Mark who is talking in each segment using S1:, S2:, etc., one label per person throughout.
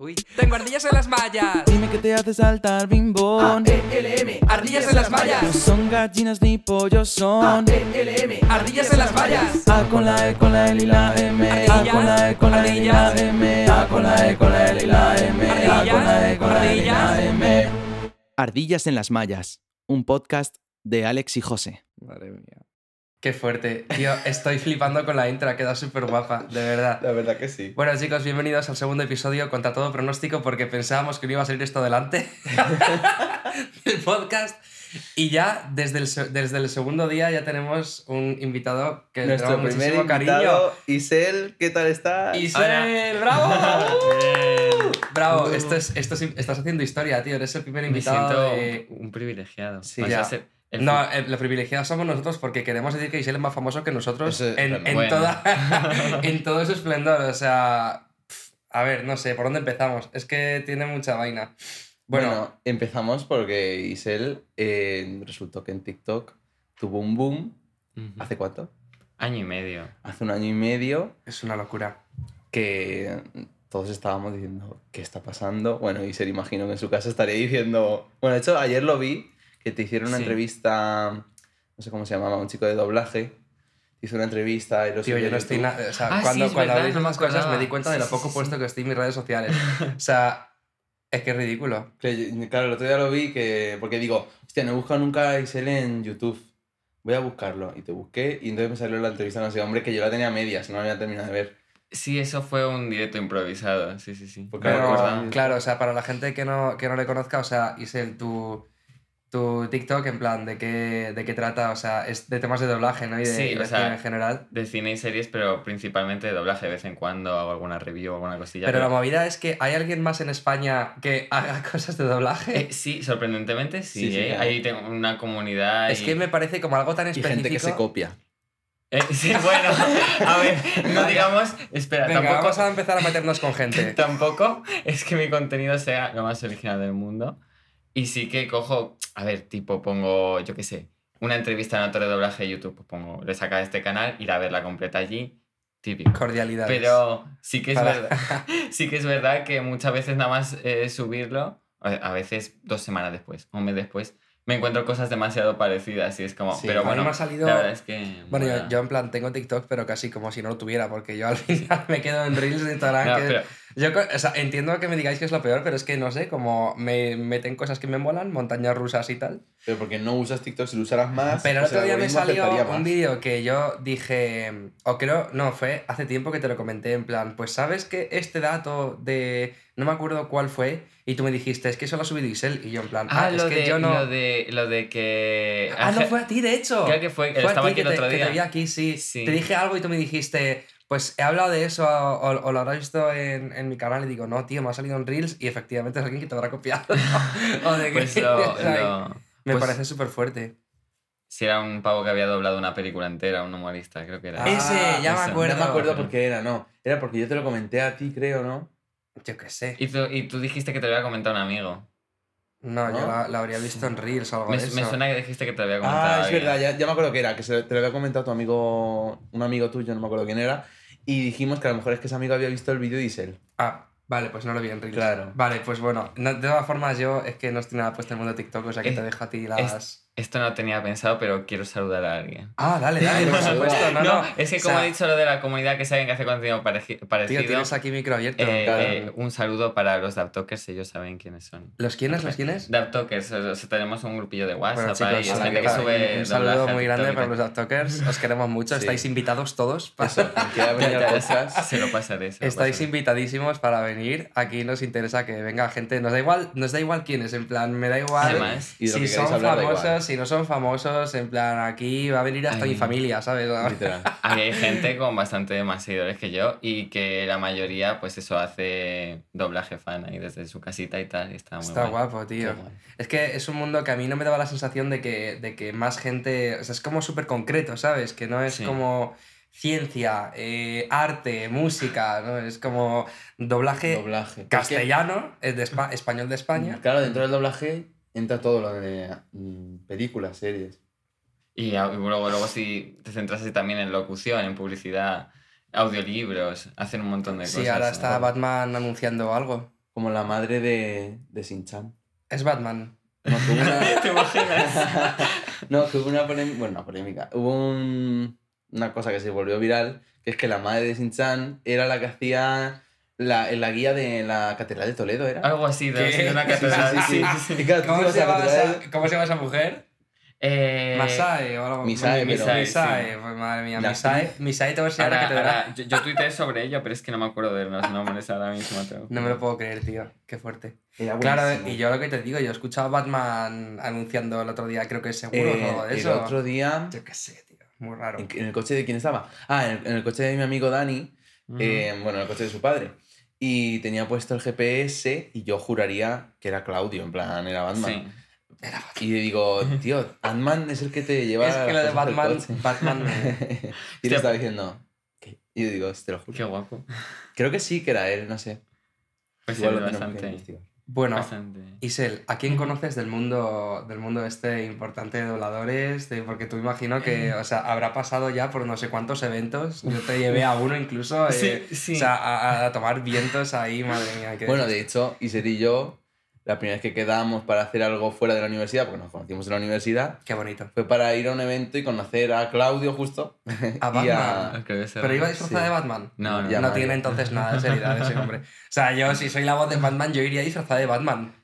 S1: Uy. Tengo ardillas en las mallas.
S2: Dime que te hace saltar bimbón.
S1: AELM. Ardillas en las
S2: No
S1: mallas.
S2: son gallinas ni pollos, son.
S1: AELM. Ardillas en las mallas.
S2: A con la E, con la L y la M. A con la E, con la L y la M. A con la E, con la L y la M. A con la E, con la L y la M. Ardillas en las mallas. Un podcast de Alex y José.
S1: Madre mía. Qué fuerte. Tío, estoy flipando con la intro, ha quedado súper guapa, de verdad.
S3: La verdad que sí.
S1: Bueno chicos, bienvenidos al segundo episodio contra todo pronóstico porque pensábamos que no iba a salir esto adelante del podcast y ya desde el, se- desde el segundo día ya tenemos un invitado que le
S3: Nuestro
S1: tenemos
S3: primer
S1: muchísimo
S3: invitado, Isel, ¿qué tal está?
S1: cariño.
S4: Hola.
S1: ¡Isel! ¡Bravo!
S4: Bien.
S3: Uh.
S1: Bravo, esto es, esto es- estás haciendo historia, tío. Eres el primer
S4: Me
S1: invitado.
S4: siento
S1: de-
S4: un, un privilegiado.
S3: Sí,
S4: Vas
S1: ya.
S4: a ser el
S1: No,
S4: pri-
S1: eh, los privilegiados somos nosotros porque queremos decir que Isel es más famoso que nosotros
S3: Eso es
S1: en,
S3: verdad.
S1: en
S4: Bueno.
S1: toda, en todo su esplendor. O sea, pf, a ver, no sé, ¿por dónde empezamos? Es que tiene mucha vaina.
S3: Bueno,
S1: Bueno,
S3: empezamos porque Isel eh, resultó que en TikTok tuvo un boom.
S4: Ujú.
S3: ¿Hace cuánto?
S4: año y medio.
S3: Hace un año y medio
S1: es una locura.
S3: que todos estábamos diciendo, ¿qué está pasando? Bueno, Isel imagino que en su casa estaría diciendo... Bueno, de hecho, ayer lo vi, que te hicieron una
S4: Sí.
S3: entrevista, no sé cómo se llamaba, un chico de doblaje. te Hizo una entrevista y lo
S1: Tío,
S3: subió
S1: yo
S3: a
S1: no estoy
S3: YouTube.
S1: nada. O sea,
S4: Ah, sí,
S1: cuando,
S4: es
S1: cuando
S4: verdad,
S1: habléis de
S4: no me
S1: más cosas me
S4: acordaba.
S1: di cuenta de lo
S4: Sí, sí,
S1: poco
S4: sí,
S1: puesto que estoy en mis redes sociales. O sea, es que es ridículo.
S3: Claro, yo- claro, el otro día lo vi que. Porque digo, hostia, no he buscado nunca a Isel en YouTube. Voy a buscarlo. Y te busqué y entonces me salió la entrevista, no sé, hombre, que yo la tenía a medias, no la había terminado de ver.
S4: Sí, eso fue un directo improvisado. Sí, sí, sí.
S3: Porque
S4: Me
S3: ahora
S1: Pero,
S4: acuerdo.
S3: recuerda.
S1: claro, o sea, para la gente que no, que no le conozca, o sea, Isel, tu, tu TikTok, en plan, ¿de qué, ¿de qué trata? O sea, es de temas de doblaje, ¿no? Y de,
S4: Sí,
S1: y de
S4: o sea,
S1: cine en general.
S4: De cine y series, pero principalmente de doblaje. De vez en cuando hago alguna review o alguna cosilla.
S1: Pero la movida es que hay alguien más en España que haga cosas de doblaje.
S4: Eh, sí, sorprendentemente sí.
S3: Sí, sí,
S4: ¿eh?
S3: claro.
S4: Ahí tengo una comunidad.
S1: es
S4: y-
S1: que me parece como algo tan
S3: Y
S1: específico.
S3: gente que se copia.
S4: Eh, sí, bueno, a ver, no digamos. Espera,
S1: Venga,
S4: tampoco.
S1: vamos a empezar a meternos con gente.
S4: Tampoco es que mi contenido sea lo más original del mundo. Y sí que cojo, a ver, tipo, pongo, yo qué sé, una entrevista a un actor de doblaje de YouTube, pues pongo, le saca de este canal, ir a verla completa allí, típico.
S1: Cordialidad.
S4: Pero sí que es
S1: Para-
S4: verdad, sí que es verdad que muchas veces nada más eh, subirlo, a- a veces dos semanas después, un mes después, me encuentro cosas demasiado parecidas y es como,
S3: Sí, a
S4: pero
S1: mí
S4: bueno,
S1: me ha salido-
S4: la verdad es que...
S1: Bueno, yo-
S4: mola.
S1: yo, en plan tengo TikTok, pero casi como si no lo tuviera, porque yo al final me quedo en Reels de Instagram.
S4: No,
S1: que- ah,
S4: pero-
S1: Yo co- o sea, entiendo que me digáis que es lo peor, pero es que no sé, como me meten cosas que me molan, montañas rusas y tal.
S3: Pero porque no usas TikTok, si lo usaras más.
S1: Pero el
S3: pues
S1: otro día me
S3: algoritmo
S1: salió
S3: aceptaría más.
S1: un vídeo que yo dije, o creo, no, fue hace tiempo que te lo comenté, en plan, pues sabes que este dato de, no me acuerdo cuál fue, y tú me dijiste, es que solo ha subido Isel, y yo en plan, ah,
S4: Ah,
S1: es
S4: lo,
S1: que
S4: de,
S1: yo no...
S4: lo, de, lo de que...
S1: Ah, no, fue a ti, de hecho.
S4: Creo que fue,
S1: Fue a
S4: estaba
S1: ti
S4: aquí el
S1: que te-
S4: otro
S1: que
S4: día.
S1: te vi aquí, sí.
S4: Sí.
S1: Te dije algo y tú me dijiste, pues he hablado de eso o, o lo habrás visto en, en mi canal y digo, no, tío, me ha salido en Reels y efectivamente es alguien que te habrá copiado. O de que-
S4: Pues lo-
S1: o sea,
S4: lo-
S1: Me
S4: pues
S1: parece súper fuerte.
S4: Si era un pavo que había doblado una película entera, un humorista, creo que era.
S3: Ah,
S1: Ese, ya
S4: eso,
S1: me
S4: no
S1: acuerdo.
S3: No me acuerdo por qué era, no. Era porque yo te lo comenté a ti, creo, ¿no?
S1: Yo qué sé.
S4: Y, tú, y tú dijiste que te lo había comentado un amigo.
S1: No, yo
S3: ¿No?
S1: la, la habría visto en Reels o algo
S4: Me,
S1: de eso.
S4: me suena que dijiste que te lo había comentado.
S3: Ah, es
S4: alguien.
S3: verdad, ya, ya me acuerdo que era, que se, te lo había comentado tu amigo, un amigo tuyo, no me acuerdo quién era. Y dijimos que a lo mejor es que ese amigo había visto el vídeo de Isel.
S1: Ah, vale, pues no lo vi en Reels.
S3: Claro.
S1: Vale, pues bueno. no- de todas formas, yo es que no estoy nada puesto en el mundo de TikTok, o sea que
S4: Es-
S1: te dejo a ti las...
S4: Esto no lo tenía pensado, pero quiero saludar a alguien.
S1: Ah, dale, dale, por supuesto. No, no.
S4: es que
S1: O
S4: como
S1: sea,
S4: he dicho lo de la comunidad que saben que hace contenido pareci- parecido.
S1: Tío, tienes aquí micro abierto.
S4: eh,
S3: claro.
S4: eh, un saludo para los Daptokers, ellos saben quiénes son.
S1: ¿Los quiénes? ¿Los quiénes?
S4: Daptokers, o sea, tenemos un grupillo de WhatsApp
S1: Bueno, chicos,
S4: ahí, es
S1: a la
S4: gente que
S1: que-
S4: sube
S1: un saludo
S4: doblaje a
S1: muy grande
S4: TikTok y
S1: para
S4: tal.
S1: los Talkers. Os queremos mucho.
S3: Sí.
S1: Estáis invitados todos. para-
S3: Eso, que ha venido al podcast.
S4: Se lo pasaré. se lo
S1: Estáis
S4: pasaré.
S1: invitadísimos para venir. Aquí nos interesa que venga gente. Nos da igual, nos da igual quién es. En plan, me da igual.
S4: Además,
S3: Y de lo
S1: si
S3: que queráis
S1: son
S3: hablar, da igual.
S1: famosos, si no son famosos, en plan, aquí va a venir hasta
S4: Ay.
S1: mi familia, ¿sabes?
S3: Mm. Literal.
S4: hay gente con bastante más seguidores que yo y que la mayoría, pues eso, hace doblaje fan ahí desde su casita y tal. y está muy
S1: Está
S4: guay.
S1: guapo, tío.
S4: Qué guay.
S1: Es que es un mundo que a mí no me daba la sensación de que, de que más gente. O sea, es como súper concreto, ¿sabes? Que no es
S4: Sí.
S1: como ciencia, eh, arte, música, ¿no? Es como doblaje
S3: Doblaje.
S1: castellano, es de Espa- español de España.
S3: Claro, dentro del doblaje entra todo lo de mm, películas, series.
S4: Y a- y luego, luego si te centras también en locución, en publicidad, audiolibros, hacen un montón de
S1: Sí,
S4: cosas.
S1: ahora
S4: ¿no?
S1: está Batman anunciando algo.
S3: Como la madre de, de Shin-Chan.
S1: Es Batman.
S3: No, que hubo una,
S4: ¿Te imaginas?
S3: no, que hubo una polémica. Bueno, una polémica. Hubo un- una cosa que se volvió viral, que es que la madre de Shin-Chan era la que hacía la, en la guía de la Catedral de Toledo, ¿era?
S4: Algo así, de,
S1: ¿Qué?
S4: así de una
S1: Sí, sí,
S4: catedral.
S3: sí, sí,
S4: Sí, sí,
S3: Y
S4: sí.
S3: claro, tú
S1: ¿Cómo
S3: ibas
S1: se,
S3: a la
S1: llama
S3: Catedral-
S1: esa, cómo se llama esa mujer?
S4: Eh,
S1: Masae o algo
S3: Misae,
S1: Misae,
S4: pero-
S1: Misae, pues madre mía,
S3: La-
S1: Misae. Misae te voy a enseñar la
S4: ahora-
S1: catedral.
S4: ahora, yo, yo tuiteé sobre ella, pero es que no me acuerdo de los nombres ahora mismo. te
S1: No me lo
S4: juro.
S1: puedo creer, tío. Qué fuerte.
S3: Era
S1: Claro, eh,
S3: buenísimo.
S1: y yo lo que te digo, yo escuchaba a Batman anunciando el otro día, creo que seguro
S3: Eh,
S1: o algo de
S3: el
S1: eso.
S3: otro día,
S1: Yo qué sé, tío. Muy raro.
S3: ¿en, en el coche de quién estaba? Ah, en el, en el coche de mi amigo Dani,
S4: Ujú.
S3: eh, bueno, en el coche de su padre. Y tenía puesto el GPS y yo juraría que era Claudio, en plan, era Batman.
S4: Sí.
S3: Y le digo, tío, Batman es el que te lleva
S1: es
S3: las
S1: que lo de
S3: cosas del
S1: Batman,
S3: coche".
S1: Batman me-
S3: y le
S4: Hostia.
S3: estaba diciendo, ¿qué? Y yo digo, te lo juro.
S4: Qué guapo.
S3: Creo que sí que era él, no sé.
S4: Pues
S3: Igual
S4: sí,
S3: lo tenemos que
S4: bastante.
S3: investigar.
S1: Bueno,
S4: Bastante.
S1: Isel, ¿a quién conoces del mundo, del mundo este importante de dobladores? De- porque tú imagino
S4: Eh.
S1: que o sea, habrá pasado ya por no sé cuántos eventos. Yo te llevé a uno incluso eh,
S4: Sí, sí.
S1: O sea, a, a tomar vientos ahí, madre mía. que-
S3: Bueno, de hecho, Iser y yo, la primera vez que quedamos para hacer algo fuera de la universidad, porque nos conocimos en la universidad,
S1: Qué bonito.
S3: fue para ir a un evento y conocer a Claudio justo.
S4: Eh,
S1: A
S3: y
S1: Batman.
S3: a...
S4: Creo que será.
S1: Pero iba disfrazada
S3: Sí.
S1: de Batman.
S4: No, no.
S3: Ya,
S1: no
S3: madre.
S1: tiene entonces nada de seriedad ese hombre. O sea, yo si soy la voz de Batman, yo iría disfrazada de Batman.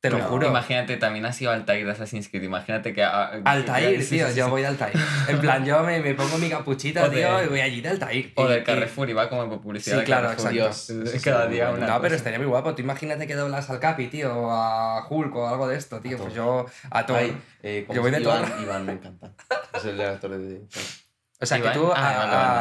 S1: Te lo
S3: No,
S1: juro.
S4: Imagínate, también ha sido Altair de Assassin's Creed. Imagínate que. ah,
S1: Altair,
S4: que- sí,
S1: tío,
S4: sí, sí,
S1: yo
S4: sí.
S1: voy de Altair. En plan, yo me, me pongo mi capuchita,
S4: O de-
S1: tío, y voy allí de Altair.
S4: O
S1: Y-
S4: del
S1: y-
S4: Carrefour y va como en publicidad.
S1: Sí,
S4: de
S1: claro,
S4: Carrefour.
S3: exacto. Dios, eso
S4: Cada
S3: es muy
S4: día
S3: bueno.
S4: una.
S1: No, pero este
S4: cosa.
S1: estaría muy guapo. Tú imagínate que doblas al Capi, tío, o a Hulk o algo de esto, tío.
S3: A
S1: Pues yo
S3: Thor.
S1: a todo.
S3: Ay, eh, ¿cómo
S1: Yo voy
S3: se-
S1: de
S3: Iván, Iván me encanta. Es el actor de...
S1: O sea, que
S4: Iván.
S1: tú a,
S4: Ah,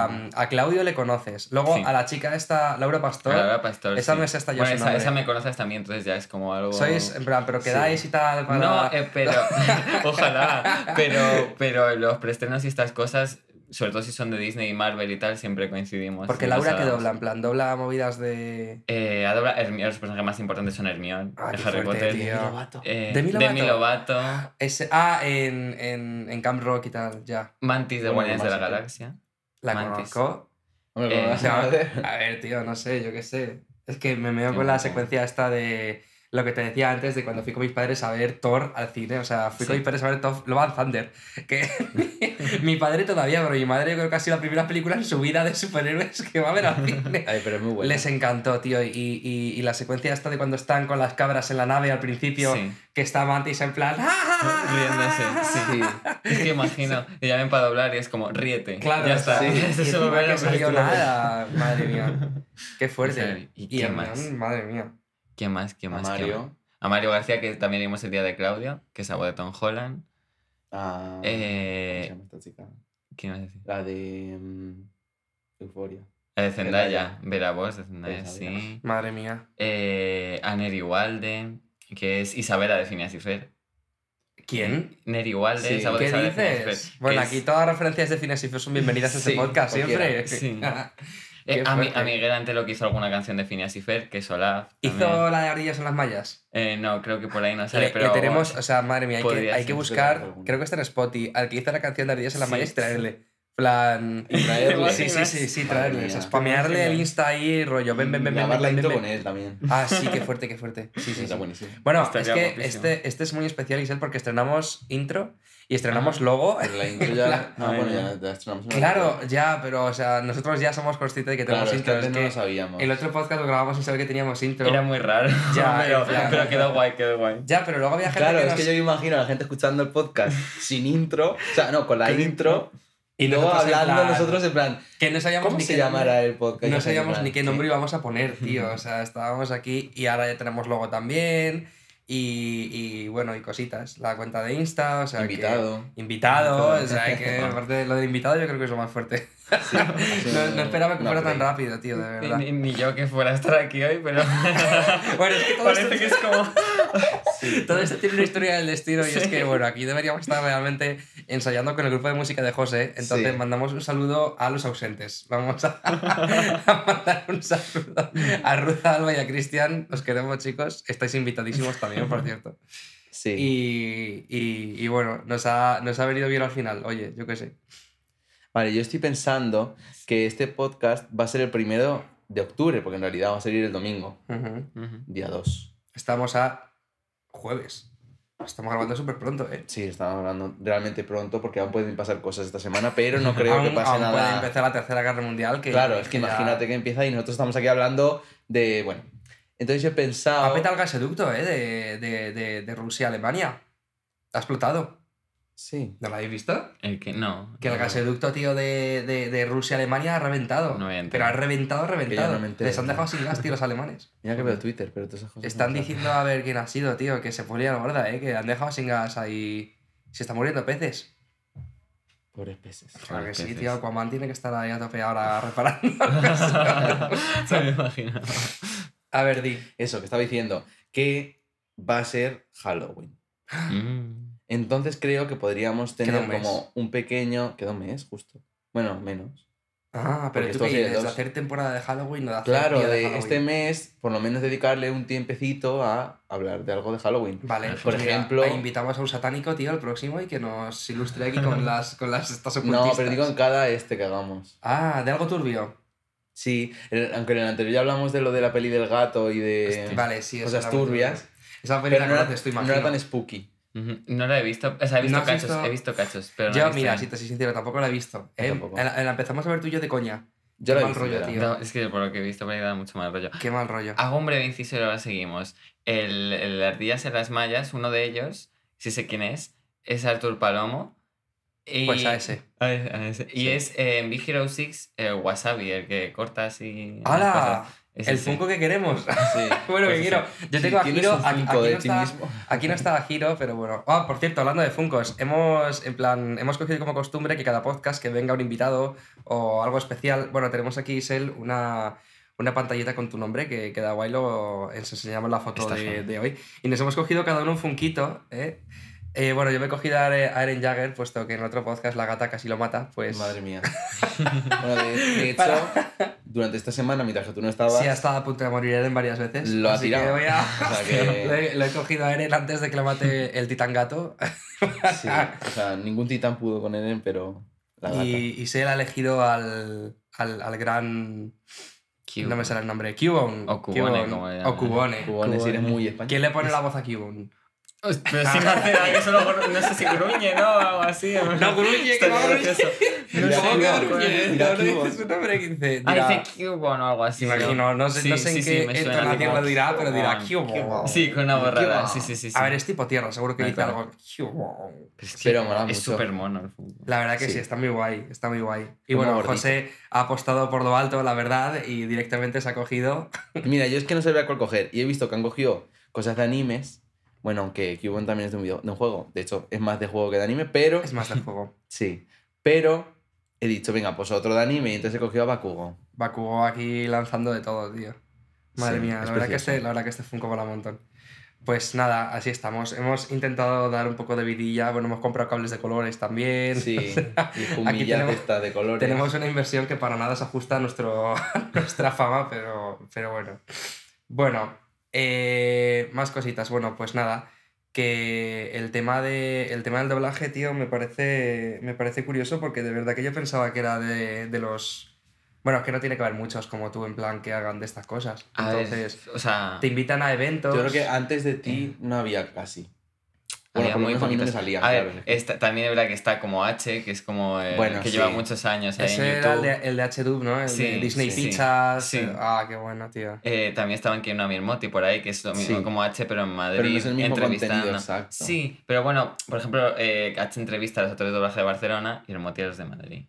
S4: vale, vale,
S1: a- a Claudio le conoces. Luego
S4: Sí.
S1: a la chica esta, Laura Pastor.
S4: Laura Pastor.
S1: Esa
S4: sí.
S1: no es esta, yo
S4: Bueno,
S1: sé
S4: esa,
S1: nombre.
S4: esa me conoces también, entonces ya es como algo.
S1: Sois, en plan, pero quedáis y tal. Para...
S4: No, eh, pero. ojalá. Pero, pero los prestrenos y estas cosas, sobre todo si son de Disney y Marvel y tal, siempre coincidimos.
S1: Porque
S4: y
S1: Laura
S4: nos
S1: que
S4: adaptamos.
S1: dobla, en plan, dobla movidas de.
S4: Eh, ha doblado Hermione, los personajes más importantes son Hermione,
S1: Ah,
S4: de
S1: qué
S4: Harry
S1: fuerte,
S4: Potter.
S1: tío.
S4: Eh,
S1: Demi Lovato.
S4: Lovato,
S1: Ese- ah, en, en, en Camp Rock y tal, ya.
S4: Mantis de
S3: Bueno,
S4: Guardianes de la
S3: más que-
S4: Galaxia.
S1: La
S4: Mantis.
S1: conozco.
S3: Hombre, ¿cómo
S4: Eh,
S1: O
S3: vas a
S1: sea,
S3: hacer?
S1: a ver, tío, no sé, yo qué sé. Es que me meo
S4: Qué
S1: con la
S4: guapo.
S1: secuencia esta de lo que te decía antes de cuando fui con mis padres a ver Thor al cine. O sea, fui con
S4: Sí.
S1: mis padres a ver Thor, Love and Thunder. Que mi padre todavía, pero mi madre yo creo que ha sido la primera película en su vida de superhéroes que va a ver al cine.
S3: Ay, pero es muy bueno.
S1: Les encantó, tío. Y, y- y la secuencia esta de cuando están con las cabras en la nave al principio,
S4: Sí.
S1: que está Mantis en plan... "Ah,
S4: Riéndose, sí. Es que imagino, y ya ven para doblar y es como, ríete.
S1: Claro,
S4: ya está.
S1: sí.
S4: Ya
S1: Y
S4: se
S1: encima
S4: solo ve la
S1: que salió
S4: película.
S1: nada, madre mía. Qué fuerte.
S4: Sí, ¿y qué
S1: Hermione,
S4: más?
S1: Madre mía.
S4: ¿Quién más?
S3: A
S4: ¿Quién más? ¿Quién más?
S3: Mario,
S4: A Mario García, que también vimos el día de Claudio, que es abuelo de Tom Holland.
S3: a... Ah, ¿Cómo se
S4: Eh,
S3: llama esta chica?
S4: ¿Quién más? decía?
S3: La de... mm, Euforia.
S4: La de Zendaya,
S3: Zendaya.
S4: Vera Voss de Zendaya,
S3: Esa,
S4: sí.
S1: Madre mía.
S4: Eh, a Neri Walde, que es Isabela de Phineas y Fer.
S1: ¿Quién?
S4: Neri Walde,
S3: Sí.
S4: es abuela de
S1: ¿Qué
S4: Isabela de Phineas y
S1: dices?
S4: Fer, que
S1: Bueno,
S4: es-
S1: aquí todas las referencias de Fines y Fer son bienvenidas a este
S3: Sí,
S1: podcast siempre.
S3: cualquiera,
S4: sí.
S1: Qué
S4: Eh, a, mi, a
S1: fuerte.
S4: Miguel Antelo que hizo alguna canción de Phineas y Fer, que es Olaf. también.
S1: ¿Hizo la de Ardillas en las Mallas?
S4: Eh, no, creo que por ahí no sale,
S1: Le- le
S4: pero.
S1: tenemos, o sea, madre mía, hay que, hay
S4: podría
S1: que
S4: ser,
S3: pero
S1: buscar,
S3: alguna.
S1: creo que está en Spotify, al que hizo la canción de Ardillas en las
S4: Sí,
S1: Mallas y
S4: sí.
S1: traerle. plan...
S3: Y traerle.
S1: Sí, sí, sí, sí,
S3: Madre
S1: traerle.
S3: mía.
S1: O sea, spamearle el
S4: Imagínate.
S1: Insta ahí, rollo, ven,
S4: Mm,
S1: ven, ven, ven,
S3: Grabar la
S1: ven, ven,
S3: intro
S4: E.
S1: ven.
S3: con él también.
S1: Ah, sí, qué fuerte, qué fuerte. Sí, sí, sí.
S3: Está buenísimo.
S1: Bueno,
S4: Estaría
S1: es que
S4: guapísimo.
S1: este, este es muy especial, Isel, porque estrenamos intro y estrenamos
S4: Ajá.
S1: logo.
S3: Pero la intro ya...
S4: Claro.
S3: Ah, bueno, ya la estrenamos. en la
S1: Claro,
S3: intro.
S1: ya, pero o sea, nosotros ya somos conscientes de que
S3: Claro,
S1: tenemos
S3: es que
S1: intro. es
S3: antes no
S1: que
S3: lo sabíamos.
S1: el otro podcast lo grabamos sin saber que teníamos intro.
S4: Era muy raro.
S1: Ya,
S4: pero,
S1: claro.
S4: pero quedó guay, quedó guay.
S1: Ya, pero luego había gente
S3: Claro,
S1: que
S3: es
S1: nos-
S3: que yo me imagino a la gente escuchando el podcast sin intro, o sea, no, con la
S4: Con
S3: intro, y luego
S1: nosotros en
S3: hablando
S1: plan-
S3: nosotros en plan,
S1: que no sabíamos
S3: ¿cómo
S1: ni
S3: se
S1: qué
S3: llamará el podcast?
S1: No
S3: Y en
S1: sabíamos
S3: plan,
S1: ni qué nombre íbamos a poner, tío. O sea, estábamos aquí y ahora ya tenemos logo también. Y, y, bueno, y cositas. La cuenta de Insta, o sea. que-
S3: Invitado.
S1: Invitado, o sea, que aparte lo del invitado yo creo que es lo más fuerte. no, no esperaba que
S3: No,
S1: fuera
S3: pero-
S1: tan rápido, tío, de verdad.
S4: Ni, ni yo que fuera a estar aquí hoy, pero.
S1: Bueno, es que todo esto
S4: Parece que es como.
S1: Todo esto tiene una historia del destino y es que, bueno, aquí deberíamos estar realmente ensayando con el grupo de música de José. Entonces
S3: Sí.
S1: mandamos un saludo a los ausentes. Vamos a, a mandar un saludo a Ruth, a Alba y a Cristian. Os queremos, chicos. Estáis invitadísimos también, por cierto.
S3: Sí.
S1: Y, y- y bueno, nos ha, nos ha venido bien al final. Oye, yo qué sé.
S3: Vale, yo estoy pensando que este podcast va a ser el primero de octubre, porque en realidad va a salir el domingo,
S1: Ujú.
S4: Ujú.
S3: día 2.
S1: Estamos a jueves. Estamos grabando súper pronto, ¿eh?
S3: Sí, estamos hablando realmente pronto porque aún pueden pasar cosas esta semana, pero no creo
S1: aún
S3: que pase
S1: aún puede
S3: nada.
S1: empezar la Tercera Guerra Mundial. Que,
S3: Claro, es que imagínate que empieza y nosotros estamos aquí hablando de, bueno, entonces yo pensaba...
S1: Ha petado el gasoducto, ¿eh? De, de, de, de Rusia a Alemania. Ha explotado.
S3: Sí.
S1: ¿No lo habéis visto?
S4: El que no.
S1: Que el
S4: no.
S1: gasoducto, tío, de, de, de Rusia a Alemania ha reventado.
S4: No me entero.
S1: pero ha reventado, reventado.
S3: no me Pues entero.
S1: Les han dejado sin gas, tío, los alemanes.
S3: Mira que veo Twitter, pero todas esas cosas...
S1: Están
S3: no me
S1: diciendo a ver quién ha sido, tío, que se podría la gorda, ¿eh? Que han dejado sin gas ahí. Se están muriendo peces.
S3: salen. Pobres peces.
S1: Claro que
S4: Pobres
S1: sí,
S4: peces.
S1: tío. Aquaman tiene que estar ahí a tope ahora reparando.
S4: Se me imagino.
S1: a ver, Di.
S3: Eso, que estaba diciendo, que va a ser Halloween.
S4: Mm.
S3: Entonces creo que podríamos
S1: Queda
S3: tener
S1: un mes.
S3: como un pequeño... Queda un mes, justo. Bueno, menos.
S1: Ah, pero
S3: Porque
S1: tú
S3: esto
S1: qué
S3: hace
S1: dices, de
S3: dos.
S1: hacer temporada de Halloween, no de hacer
S3: Claro,
S1: día de,
S3: de este
S1: Halloween.
S3: mes, por lo menos dedicarle un tiempecito a hablar de algo de Halloween.
S1: Vale,
S4: Por
S1: pues mira,
S3: ejemplo-
S1: ahí invitamos a un satánico, tío, al próximo y que nos ilustre aquí con las, con las estas ocultistas.
S3: No, pero digo en cada este que hagamos.
S1: Ah, de algo turbio.
S3: Sí, en- aunque en el anterior ya hablamos de lo de la peli del gato y de
S4: Hostia.
S1: Vale, sí. es
S3: cosas
S1: algo turbio.
S3: turbias,
S1: Esa
S3: pero
S1: película
S3: no
S1: la
S3: era,
S1: conoces, tú
S3: no era
S1: imagino.
S3: tan spooky.
S4: Ujú. No la he visto. O sea, he
S1: ¿No
S4: visto
S1: has
S4: cachos.
S1: visto?
S4: He visto cachos. Pero no la he
S1: Yo,
S4: visto
S1: mira,
S4: bien.
S1: si te soy sincero, tampoco la he visto.
S3: Yo
S1: ¿eh?
S3: tampoco.
S1: La, la empezamos a ver tú y yo de coña.
S3: Yo la
S1: Mal
S3: vi
S1: rollo,
S3: entera.
S1: tío.
S4: No, es que por lo que he visto me da mucho mal rollo.
S1: Qué mal rollo.
S4: Hago un breve inciso y ahora seguimos. El, el Ardillas en las Mallas, uno de ellos, si sé quién es, es Artur Palomo. Y,
S1: Pues a ese.
S4: a ese- a ese. Y
S3: Sí.
S4: es eh, en Big Hero 6 eh, Wasabi, el que corta así.
S1: ¡Hala!
S4: Es
S1: El
S4: ese.
S1: Funko que queremos.
S3: Sí.
S1: bueno,
S4: Pues
S1: que
S4: sí.
S1: quiero. Yo
S3: Sí,
S1: tengo a
S3: tienes
S1: Giro.
S3: un
S1: Aquí,
S3: cinco
S1: aquí
S3: de
S1: no
S3: ti
S1: está,
S3: mismo.
S1: aquí no está Giro, pero bueno. Ah, por cierto, hablando de Funcos, hemos, en plan, hemos cogido como costumbre que cada podcast que venga un invitado o algo especial. Bueno, tenemos aquí, Isel, una, una pantallita con tu nombre que queda guay, lo os enseñamos la foto
S4: Está
S1: de,
S4: genial.
S1: de hoy. Y nos hemos cogido cada uno un Funquito, ¿eh? Eh, bueno, yo me he cogido a Are- a Eren Jagger, puesto que en otro podcast la gata casi lo mata, pues...
S3: Madre mía. Bueno, de, de hecho, durante esta semana, mientras que tú no estabas,
S1: Sí, ha estado a punto de morir Eren varias veces.
S3: Lo ha
S1: así que
S3: tirado.
S1: voy a-
S3: O sea que-
S1: lo, he, lo he cogido a Eren antes de que lo mate el titán gato.
S3: sí, o sea, ningún titán pudo con Eren, pero la gata.
S1: Y, y Sel ha elegido al, al, al gran.
S4: Cute.
S1: No me sale el nombre. Cubone.
S4: O Cubone, como le llaman.
S1: O Cubone.
S3: Cubones, eres muy español.
S1: ¿Quién le pone la voz a Cubone?
S4: Pero si no hace daño, solo gru- no sé si gruñe, ¿no? O algo así.
S1: No gruñe, que no
S4: Estaría
S1: gruñe. No ¿Cómo que gruñe?
S3: Mira, Cubone,
S4: gracioso.
S1: No, no
S3: mira, Cubone.
S1: dice su nombre que dice.
S4: Ah,
S1: dirá-
S4: dice Cubone o algo así. ¿no?
S1: Imagino, no sé, no
S4: Sí,
S1: sé
S4: sí,
S1: en
S4: sí, me
S1: qué
S4: suena
S1: entonación
S4: como
S1: lo dirá, pero dirá
S4: Cubone.
S1: Cubone.
S4: Sí, con una borrada.
S3: Cubone.
S4: Sí, sí, Ah, sí. sí.
S1: A ver, es tipo tierra, seguro que
S4: Ahí
S1: dice
S4: está.
S1: algo. Cubone.
S4: es que
S3: Pero mola
S4: es
S3: mucho.
S4: súper mono el Funko.
S1: La verdad que sí.
S3: Sí.
S1: está muy guay, está muy guay. Y
S3: Como
S1: bueno,
S3: gordito.
S1: José ha apostado por lo alto, la verdad, y directamente se ha cogido.
S3: Mira, yo es que no sabía cuál coger. Y he visto que han cogido cosas de animes. Bueno, aunque Cubone también es de un, video, de un juego. De hecho, es más de juego que de anime, pero.
S1: Es más del juego.
S3: Sí. Pero he dicho, venga, pues otro de anime. Y entonces he cogido a Bakugo.
S1: Bakugo aquí lanzando de todo, tío. Madre
S3: Sí,
S1: mía,
S3: es
S1: la verdad, que
S3: precioso.
S1: este, la verdad que este Funko mola un montón. Pues nada, así estamos. Hemos intentado dar un poco de vidilla, bueno, hemos comprado cables de colores también.
S3: Sí. Y
S1: Aquí
S3: Jumilla
S1: tenemos-
S3: esta de colores.
S1: Tenemos una inversión que para nada se ajusta a, nuestro, a nuestra fama, pero, pero bueno. Bueno, eh, más cositas. Bueno, pues nada, que el tema, de, el tema del doblaje, tío, me parece, me parece curioso porque de verdad que yo pensaba que era de, de los... Bueno, es que no tiene que haber muchos como tú en plan que hagan de estas cosas.
S4: A
S3: Ah,
S4: ver,
S1: Entonces,
S4: o sea,
S1: te invitan a eventos.
S3: Yo creo que antes de ti no había casi. Bueno,
S4: Eh. había
S3: por lo
S4: muy
S3: menos a mí no me
S4: poquitos.
S3: salía,
S4: A ver, eh,
S3: claro.
S4: esta- también es verdad que está como H, que es como eh,
S3: Bueno,
S4: que
S3: sí.
S4: lleva muchos años ahí
S1: Ese
S4: en
S1: era el
S4: YouTube.
S1: de, el de HDub, ¿no? El de
S4: Sí,
S1: Disney
S4: sí, sí.
S1: Pizzas.
S4: Sí.
S1: Ah, qué bueno, tío.
S4: Eh, también estaban Kino Mirmoti por ahí, que es lo mismo
S3: Sí.
S4: como H, pero en Madrid.
S3: Pero no es el mismo
S4: entrevistando.
S3: contenido exacto.
S4: Sí, pero bueno, por ejemplo, eh, H entrevista a los actores de doblaje de Barcelona y el Moti a los de Madrid.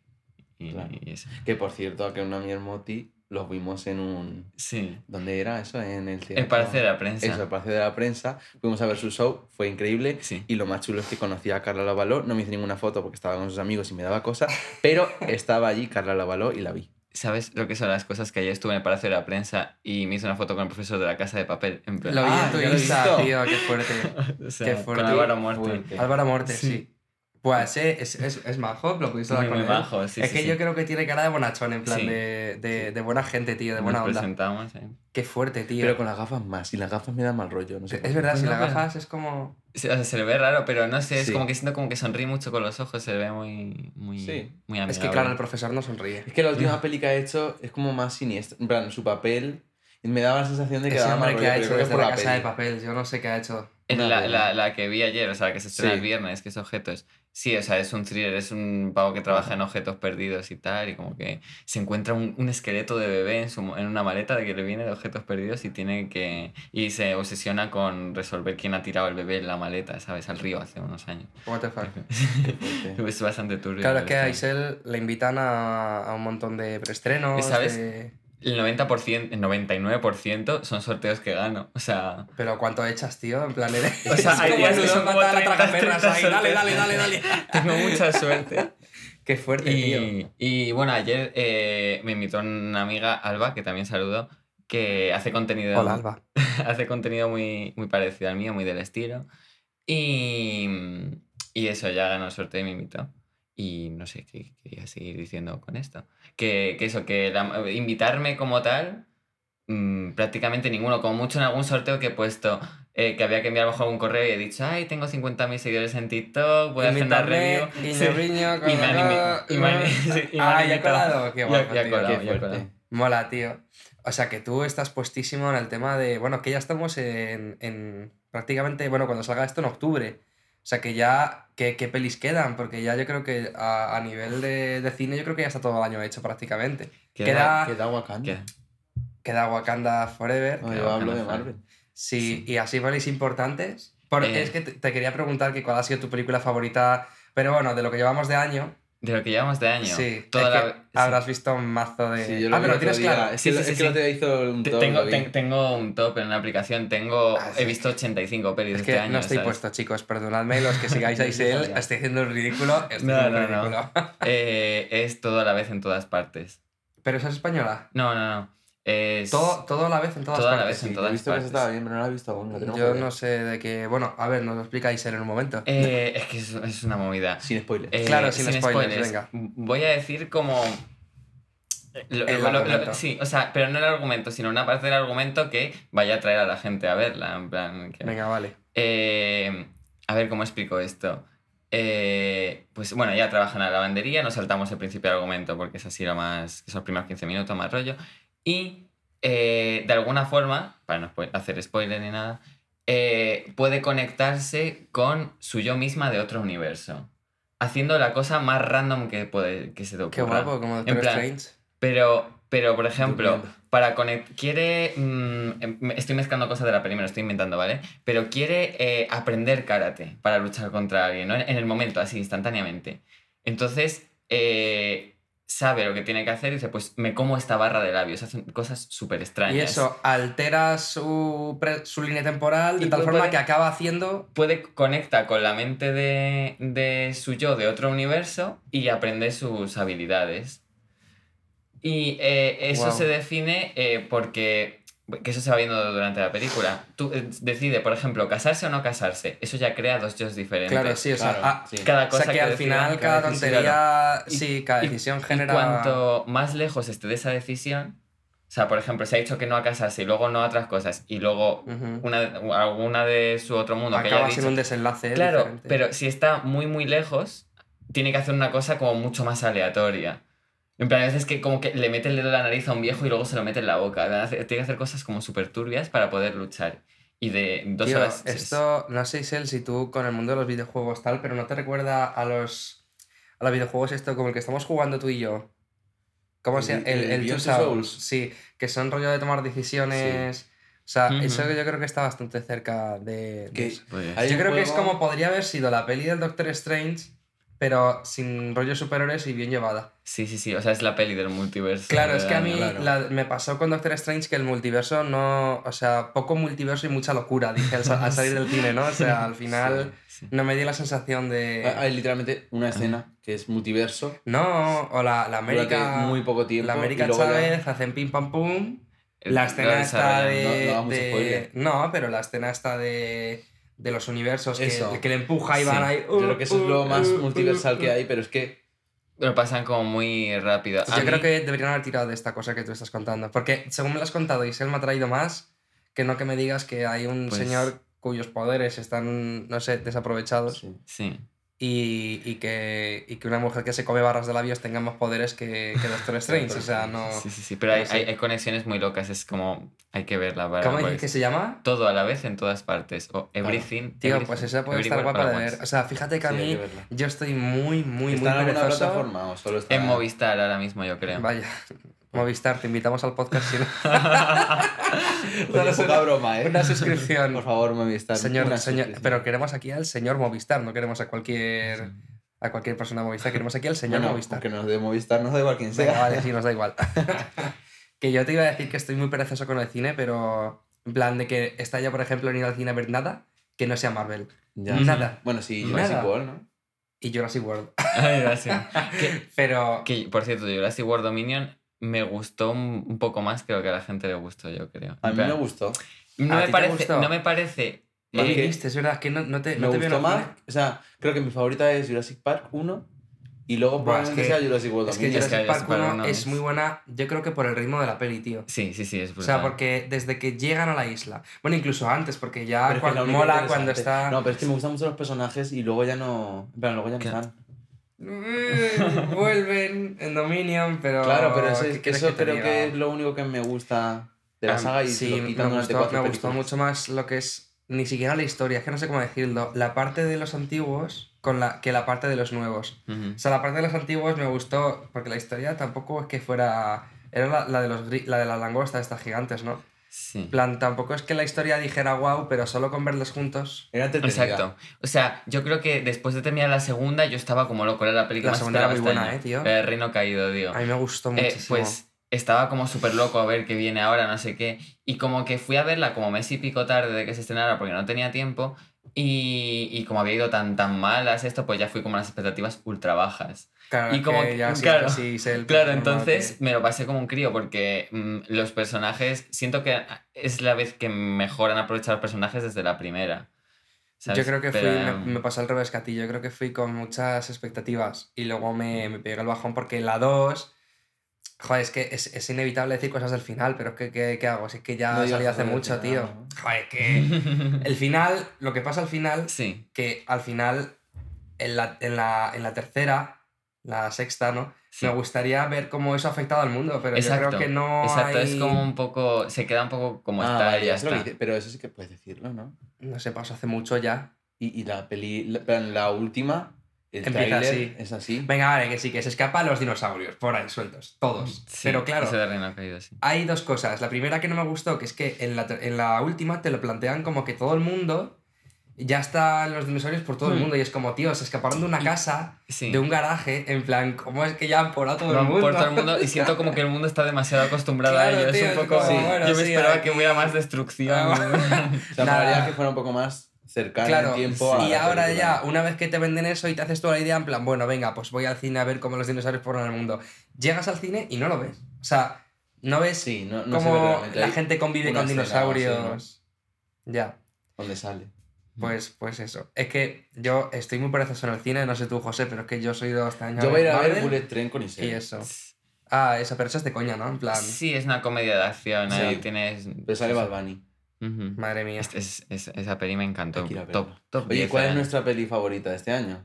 S4: Y,
S3: Claro.
S4: y eso.
S3: Que por cierto, a que una Miermoti los vimos en un.
S4: Sí.
S3: ¿Dónde era eso? En el
S4: El Palacio de la Prensa.
S3: Eso, el Palacio de la Prensa. Fuimos a ver su show, fue increíble.
S4: Sí.
S3: Y lo más chulo es que conocí a Carla Lavaló. No me hice ninguna foto porque estaba con sus amigos y me daba cosa. Pero estaba allí Carla Lavaló y la vi.
S4: ¿Sabes lo que son las cosas que ayer estuve en el Palacio de la Prensa y me hice una foto con el profesor de la Casa de Papel? En plan,
S1: Lo vi
S3: Ah,
S1: en tu
S3: ya lo he
S1: Insta,
S3: visto.
S1: tío, qué fuerte.
S4: o sea,
S1: qué
S4: con
S1: fuerte.
S4: Álvaro Muerte.
S3: Fuerte.
S1: Álvaro Morte, sí.
S4: Sí.
S1: Pues eh, es, es, es majo, lo pudiste dar
S4: Muy,
S1: con
S4: muy
S1: él.
S4: bajo, sí,
S1: es
S4: sí,
S1: que
S4: sí.
S1: yo creo que tiene cara de bonachón, en plan
S4: Sí.
S1: de, de, de buena gente, tío, de
S4: Nos
S1: buena onda.
S4: presentamos, eh.
S1: Qué fuerte, tío.
S3: Pero con las gafas más. Y las gafas me dan mal rollo. No sé por
S1: Es
S3: qué.
S1: verdad, si
S4: No,
S1: las
S4: pero-
S1: gafas es como.
S4: Sí, o sea, se le ve raro, pero no sé, es
S3: Sí.
S4: como que siento como que sonríe mucho con los ojos, se le ve muy, muy,
S3: Sí.
S4: muy
S1: Es que,
S4: amigable.
S1: claro, el profesor no sonríe.
S3: Es que la última peli que ha hecho es como más siniestra. En plan, su papel me daba la sensación de que
S1: Ese
S3: daba mal
S1: hombre
S3: rollo.
S1: que ha
S3: pero
S1: hecho
S3: creo que
S1: desde
S3: por
S1: la
S3: la
S1: casa
S3: peli.
S1: de papel, yo no sé qué ha hecho.
S4: Es
S3: Una
S4: la,
S3: pena.
S4: la, la que vi ayer, o sea, que se estrena
S3: Sí.
S4: el viernes, que es Objetos. Sí, o sea, es un thriller, es un pavo que trabaja en objetos perdidos y tal, y como que se encuentra un, un esqueleto de bebé en, su, mo- en una maleta de que le viene de objetos perdidos y tiene que... Y se obsesiona con resolver quién ha tirado el bebé en la maleta, ¿sabes? Al río hace unos años.
S1: What the fuck.
S3: Fuerte.
S4: es bastante turbio.
S1: Claro, es
S4: pero
S1: que a
S4: está-
S1: Isel le invitan a, a un montón de preestrenos.
S4: ¿Y sabes?
S1: de-
S4: El 90%, el 99% son sorteos que gano, o sea...
S1: Pero ¿cuánto echas, tío? En plan, eres.
S4: O sea,
S1: es
S4: hay
S1: como
S4: días
S1: el
S4: que
S1: Luis
S4: son como
S1: Mata de
S4: 30,
S1: Tragaperras ahí,
S4: 30
S1: Dale, dale, dale, dale.
S4: Tengo mucha suerte.
S1: Qué fuerte, tío.
S4: Y, y, bueno, ayer eh, me invitó una amiga, Alba, que también saludo, que hace contenido,
S1: Hola, Alba.
S4: hace contenido muy, muy parecido al mío, muy del estilo. Y, y eso, ya ganó el sorteo y me invitó. Y no sé qué quería seguir diciendo con esto. Que, que eso, que la- invitarme como tal, mm, prácticamente ninguno. Como mucho en algún sorteo que he puesto eh, que había que enviar bajo un correo y he dicho, ay, tengo 50.000 seguidores en TikTok, voy a hacer una
S1: Invitarle,
S4: review. Sí.
S1: guiño, guiño,
S4: Y me han invi- y me han- sí, y me han
S1: Ah, ya ha
S4: invitado.
S1: colado. Qué
S4: Ya-
S1: guapo,
S4: ya ha
S1: tío.
S4: colado.
S3: Qué
S4: Claro, yo
S3: fuerte.
S1: Mola, tío. O sea, que tú estás puestísimo en el tema de. Bueno, que ya estamos en. en prácticamente, bueno, cuando salga esto en octubre. O sea, que ya. ¿Qué, qué pelis quedan? Porque ya yo creo que a, a nivel de, de cine, yo creo que ya está todo el año hecho prácticamente. Queda-
S3: Queda Wakanda.
S4: queda-
S1: Queda Wakanda Forever.
S3: No,
S4: queda
S3: yo hablo
S4: Wakanda
S3: de
S4: fuera.
S3: Marvel.
S1: Sí, y así pelis importantes. Porque
S4: Eh.
S1: es que te, te quería preguntar que cuál ha sido tu película favorita. Pero bueno, de lo que llevamos de año.
S4: De lo que llevamos de año.
S1: Sí,
S4: Toda
S1: es que
S4: la- sí.
S1: habrás visto un mazo de.
S3: Sí, yo lo
S1: ah,
S3: vi
S1: pero
S3: el
S1: lo tienes
S3: otro día.
S1: claro.
S3: Es que,
S4: Sí,
S3: lo-
S4: sí,
S3: es
S4: sí,
S3: que el otro día hizo un
S4: Te-
S3: top.
S4: tengo,
S3: lo vi.
S4: ten- tengo un top en una aplicación, tengo,
S1: Ah, sí.
S4: he visto 85 pelis
S1: Es
S4: este
S1: que
S4: año.
S1: no estoy
S4: ¿sabes?
S1: puesto, chicos, perdonadme los que sigáis a
S3: No
S1: Isel,
S3: sabía.
S1: estoy haciendo el ridículo, estoy
S4: No,
S1: haciendo el
S4: no, no.
S1: ridículo.
S4: Eh, es todo a la vez en todas partes.
S1: Pero esa es española.
S4: No, no, no. Es...
S1: Todo, todo a la vez en todas
S4: Todo a la
S1: partes.
S4: vez, en
S3: Lo he
S4: todas
S3: visto que eso
S4: partes.
S3: estaba bien, pero no lo he visto aún. lo tenemos que
S1: Yo
S3: ver.
S1: no sé de qué. Bueno, a ver, nos lo explica Isel en un momento.
S4: Eh, es que es, es una movida.
S3: Sin spoiler.
S4: Eh,
S1: Claro, sin spoilers, venga.
S4: Voy a decir como... lo-
S1: El
S4: lo- lo-
S1: argumento.
S4: sí, o sea, pero no el argumento, sino una parte del argumento que vaya a traer a la gente a verla. En plan, que-
S1: Venga, vale.
S4: Eh, a ver cómo explico esto. Eh, pues bueno, ya trabajan a la lavandería, nos saltamos el principio del argumento porque es así lo más. esos primeros 15 minutos, más rollo. Y eh, de alguna forma, para no spo- hacer spoiler ni nada, eh, puede conectarse con su yo misma de otro universo. Haciendo la cosa más random que, puede, que se te ocurra.
S1: Qué guapo, como
S4: En
S1: Doctor
S4: plan,
S1: Strange.
S4: Pero, pero por ejemplo,
S3: Durmiendo.
S4: para conectar. Quiere. mm, em, me- estoy mezclando cosas de la peli, me lo estoy inventando, ¿vale? Pero quiere eh, aprender karate para luchar contra alguien, ¿no? En, en el momento, así, instantáneamente. Entonces, eh, sabe lo que tiene que hacer y dice: Pues me como esta barra de labios. Hacen cosas súper extrañas.
S1: Y eso altera su, pre- su línea temporal de
S4: Y
S1: tal
S4: puede-
S1: forma que acaba haciendo.
S4: puede conecta con la mente de, de su yo de otro universo y aprende sus habilidades. Y eh, eso
S1: Guau.
S4: se define eh, porque, que eso se va viendo durante la película. Tú eh, decide, por ejemplo, casarse o no casarse. Eso ya crea dos yos diferentes.
S1: Claro, sí, o sea,
S3: Claro,
S1: ah,
S3: sí.
S4: Cada
S1: o
S4: cosa
S1: sea, que, al
S4: decidan,
S1: final
S4: cada
S1: cada
S4: decisión.
S1: tontería,
S4: Y-
S1: sí, cada
S4: y-
S1: decisión
S4: Y
S1: genera.
S4: cuanto más lejos esté de esa decisión, o sea, por ejemplo, se ha dicho que no a casarse y luego no a otras cosas y luego
S1: Ujú.
S4: una, alguna de su otro mundo que haya
S1: Mm. acaba
S4: dicho,
S1: siendo un desenlace. ¿eh?
S4: Claro,
S1: diferente.
S4: pero si está muy, muy lejos, tiene que hacer una cosa como mucho más aleatoria. En plan, a veces que como que le mete el dedo en la nariz a un viejo y luego se lo mete en la boca. En plan, hace- Tiene que hacer cosas como súper turbias para poder luchar. Y de dos
S1: Tío,
S4: horas... es-
S1: Esto, no sé, Isel, si tú con el mundo de los videojuegos tal, pero no te recuerda a los, a los videojuegos esto como el que estamos jugando tú y yo. ¿Cómo
S3: El-
S1: se llama? El,
S3: el
S1: el Two
S3: Beyond Two
S1: Souls.
S3: Souls.
S1: Sí, que son rollo de tomar decisiones. O sea,
S4: Ujú.
S1: eso yo creo que está bastante cerca de. de
S3: Que-
S1: eso.
S4: Podría
S3: hay
S1: Yo
S3: un
S1: creo que es
S3: juego-
S1: como podría haber sido la peli del Doctor Strange, pero sin rollos superiores y bien llevada.
S4: Sí, sí, sí. O sea, es la peli del multiverso.
S1: Claro,
S4: de
S1: es que a
S4: Daniel.
S1: mí
S3: claro.
S1: la- me pasó con Doctor Strange que el multiverso no. O sea, poco multiverso y mucha locura, dije al, sa- al salir del cine, ¿no? O sea, al final. eh,
S4: Sí, sí.
S1: No me dio la sensación de.
S3: Ah, Hay literalmente una escena que es multiverso.
S1: no, o la, la
S3: América,
S1: América.
S3: muy poco tiempo.
S1: la América
S3: y luego ya-
S1: Chávez hacen pim pam pum. La
S4: Lo
S1: escena está
S4: desarrollan.
S1: de.
S3: no hagamos
S1: de-
S3: spoiler.
S1: no, pero la escena está de. de los universos que,
S3: Eso.
S1: que le empuja y van
S4: Sí.
S1: ahí.
S3: Yo creo que eso es lo más
S1: uh, uh,
S3: multiversal que
S1: uh.
S3: hay, pero es que.
S4: Lo pasan como muy rápido.
S1: Pues Yo
S4: A
S1: creo
S4: mí-
S1: que deberían haber tirado de esta cosa que tú estás contando. Porque según me lo has contado, Isel me ha traído más que no que me digas que hay un
S4: Pues-
S1: señor cuyos poderes están, no sé, desaprovechados
S3: Sí.
S4: Sí.
S1: y, y que, y que una mujer que se come barras de labios tenga más poderes que, que Doctor Strange. o sea, no...
S4: pues Sí, sí, sí, pero hay,
S1: No sé.
S4: hay- hay conexiones muy locas, es como hay que verla para
S1: ¿Cómo dices
S4: pues,
S1: que se llama?
S4: todo a la vez en todas partes o everything.
S1: Tío,
S4: everything,
S1: pues esa puede estar
S4: everywhere
S1: guapa de
S4: all at
S1: ver.
S4: once.
S1: O sea, fíjate que a
S3: Sí, hay
S1: mí
S3: que verla.
S1: yo estoy muy, muy, muy
S3: ¿Está en alguna
S1: perezoso.
S3: plataforma o solo está
S4: En Movistar ahora mismo yo creo.
S1: Vaya, Movistar, te invitamos al podcast si no.
S3: Oye,
S1: Dale
S3: poca
S1: una-
S3: broma, ¿eh?
S1: Una suscripción.
S3: Por favor, Movistar.
S1: Señor,
S3: una
S1: señor,
S3: suscripción.
S1: pero queremos aquí al señor Movistar, no queremos a cualquier
S4: Sí.
S1: a cualquier persona Movistar, queremos aquí al señor
S3: Bueno,
S1: Movistar.
S3: Que nos dé Movistar, nos da igual quien sea.
S1: Venga, vale, sí, nos da igual. que yo te iba a decir que estoy muy perezoso con el cine, pero en plan de que está ya, por ejemplo, en ir al cine a ver nada que no sea Marvel.
S3: Ya.
S1: Nada.
S3: Bueno, sí,
S1: Nada.
S3: Jurassic World, ¿no?
S1: Y Jurassic World.
S4: Ay, gracias. que,
S1: Pero
S4: que, por cierto, Jurassic World Dominion me gustó un, un poco más que lo que a la gente le gustó, yo creo.
S3: A
S4: En
S3: mí
S4: plan,
S3: me gustó.
S4: No
S1: ¿A
S4: me
S1: ti te
S4: parece,
S1: gustó?
S4: no me parece
S3: Más
S4: eh,
S1: ¿qué
S3: que-
S1: Eh, viste? Es verdad que no, no te,
S3: Me
S1: no te veo en
S3: gustó
S1: el
S3: más.
S1: cine.
S3: O sea, creo que mi favorita es Jurassic Park 1 y luego
S1: Buah, es
S3: probablemente
S1: que-
S3: sea Jurassic World
S1: Es que
S3: también.
S4: Es que
S1: Jurassic Park
S4: Jurassic Park
S1: 1
S4: uno
S1: es
S4: es-
S1: muy buena, yo creo que por el ritmo de la peli, tío.
S4: Sí, sí, sí, es
S1: O sea,
S4: brutal.
S1: porque desde que llegan a la isla, bueno, incluso antes, porque ya
S3: Pero es que es
S1: cuando-
S3: la única
S1: Ah, mola
S3: interesante.
S1: cuando está...
S3: No, pero es que me gustan mucho los personajes y luego ya no. En plan, luego ya no
S4: ¿Qué?
S3: están.
S1: Mm, vuelven en Dominion, pero.
S3: Claro, pero eso,
S1: ¿qué
S3: es-
S1: quieres
S3: eso
S1: te
S3: creo
S1: diga?
S3: que es lo único que me gusta de la
S1: Ah,
S3: saga y
S1: sí,
S3: lo
S1: me
S3: quitan durante
S1: gustó,
S3: cuatro
S1: me gustó
S3: películas.
S1: mucho más lo que es. Ni siquiera la historia, es que no sé cómo decirlo. La parte de los antiguos con la, que la parte de los nuevos.
S4: Ujú.
S1: O sea, la parte de los antiguos me gustó porque la historia tampoco es que fuera. Era la, la de, los, gri- la de las langostas, estas gigantes, ¿no?
S4: Sí.
S1: En plan, tampoco es que la historia dijera wow, pero solo con verlos juntos.
S3: Era entretenida.
S4: Exacto. O sea, yo creo que después de terminar la segunda, yo estaba como loco. Era la película
S1: La
S4: más
S1: segunda era
S4: esperada
S1: muy buena,
S4: este año.
S1: ¿eh, tío?
S4: La de Reino Caído, digo.
S1: A mí me gustó
S4: Eh,
S1: muchísimo.
S4: pues estaba como súper loco a ver qué viene ahora, no sé qué. Y como que fui a verla como mes y pico tarde de que se estrenara porque no tenía tiempo. Y, y como había ido tan tan mal a esto, pues ya fui como las expectativas ultra bajas.
S1: Claro,
S4: y como
S1: que
S4: que-
S1: ya sí,
S4: claro,
S1: sí, es el
S4: Claro,
S1: normal
S4: entonces
S1: que-
S4: me lo pasé como un crío porque mm, los personajes, siento que es la vez que mejor han aprovechado los personajes desde la primera. ¿sabes?
S1: Yo creo que fui,
S4: Pero,
S1: me,
S4: em,
S1: me pasó al revés que a ti. Yo creo que fui con muchas expectativas y luego me, me pegué el bajón porque la 2. Joder, es que es, es inevitable decir cosas del final, pero es que ¿qué, qué hago? Si es que ya
S3: No digas
S1: salí hace
S3: cosas del
S1: mucho,
S3: final,
S1: tío.
S3: ¿no?
S1: Joder, que. El final, lo que pasa al final,
S4: sí.
S1: que al final, en la, en la, en la tercera, la sexta, ¿no?
S4: sí.
S1: Me gustaría ver cómo eso ha afectado al mundo, pero yo
S4: Exacto,
S1: creo que no.
S4: Exacto, es
S1: hay-
S4: como un poco. Se queda un poco como
S3: Ah,
S4: está
S3: vale,
S4: y
S3: eso
S4: ya
S3: es lo que
S4: está.
S3: dice- pero eso sí que puedes decirlo, ¿no?
S1: No sé, pasó hace mucho ya.
S3: Y, y la peli, la, plan, la última, el
S1: Empieza
S3: tráiler
S1: así.
S3: es así.
S1: Venga, vale, que sí, que se escapan los dinosaurios, por ahí sueltos, todos.
S4: Sí,
S1: pero claro.
S4: ese de Reino Caído, sí.
S1: Hay dos cosas. La primera que no me gustó, que es que en la, ter- en la última te lo plantean como que todo el mundo ya están los dinosaurios por todo el
S4: Hmm.
S1: mundo. Y es como, tío, se escaparon de una
S4: Y-
S1: casa,
S4: Sí.
S1: de un garaje, en plan, ¿cómo es que ya han porado todo
S4: Lo
S1: el
S4: han
S1: mundo?
S4: puesto al mundo y siento como que el mundo está demasiado acostumbrado
S1: Claro,
S4: a ello.
S1: tío,
S4: es
S1: es
S4: un poco.
S1: como, Sí. bueno,
S4: yo me
S1: sí,
S4: esperaba
S1: aquí-
S4: que hubiera más destrucción.
S1: Ah,
S3: O sea, me
S1: Nada.
S3: gustaría que fuera un poco más cercano
S1: Claro,
S3: en tiempo a
S1: y
S3: la
S1: ahora
S3: película.
S1: ya, una vez que te venden eso y te haces toda la idea, en plan, bueno, venga, pues voy al cine a ver cómo los dinosaurios poran el mundo. Llegas al cine y no lo ves. O sea, no ves
S3: Sí, no, no se ve
S1: cómo
S3: realmente
S1: la
S3: ahí
S1: gente convive
S3: una
S1: con
S3: escena o así, ¿no?
S1: dinosaurios. Ya.
S3: donde sale.
S1: Pues, pues eso. Es que yo estoy muy perezoso en el cine, no sé tú, José, pero es que yo soy de este año.
S3: Yo voy a ir a ver
S1: Marvel
S3: Bullet Train con
S1: Y
S3: Isabel.
S1: eso. Ah, esa pero eso es de coña, ¿no? En plan,
S4: sí, es una comedia de acción.
S3: Sí.
S4: Ahí tienes.
S3: Pero Pues sale Bad Bunny.
S4: Ujú.
S1: madre mía.
S3: Este
S4: Es- es- es- esa peli me encantó.
S3: Hay que ir a
S4: Top,
S3: verla.
S4: top
S3: Oye,
S4: 10
S3: ¿cuál es
S4: era.
S3: nuestra peli favorita de este año?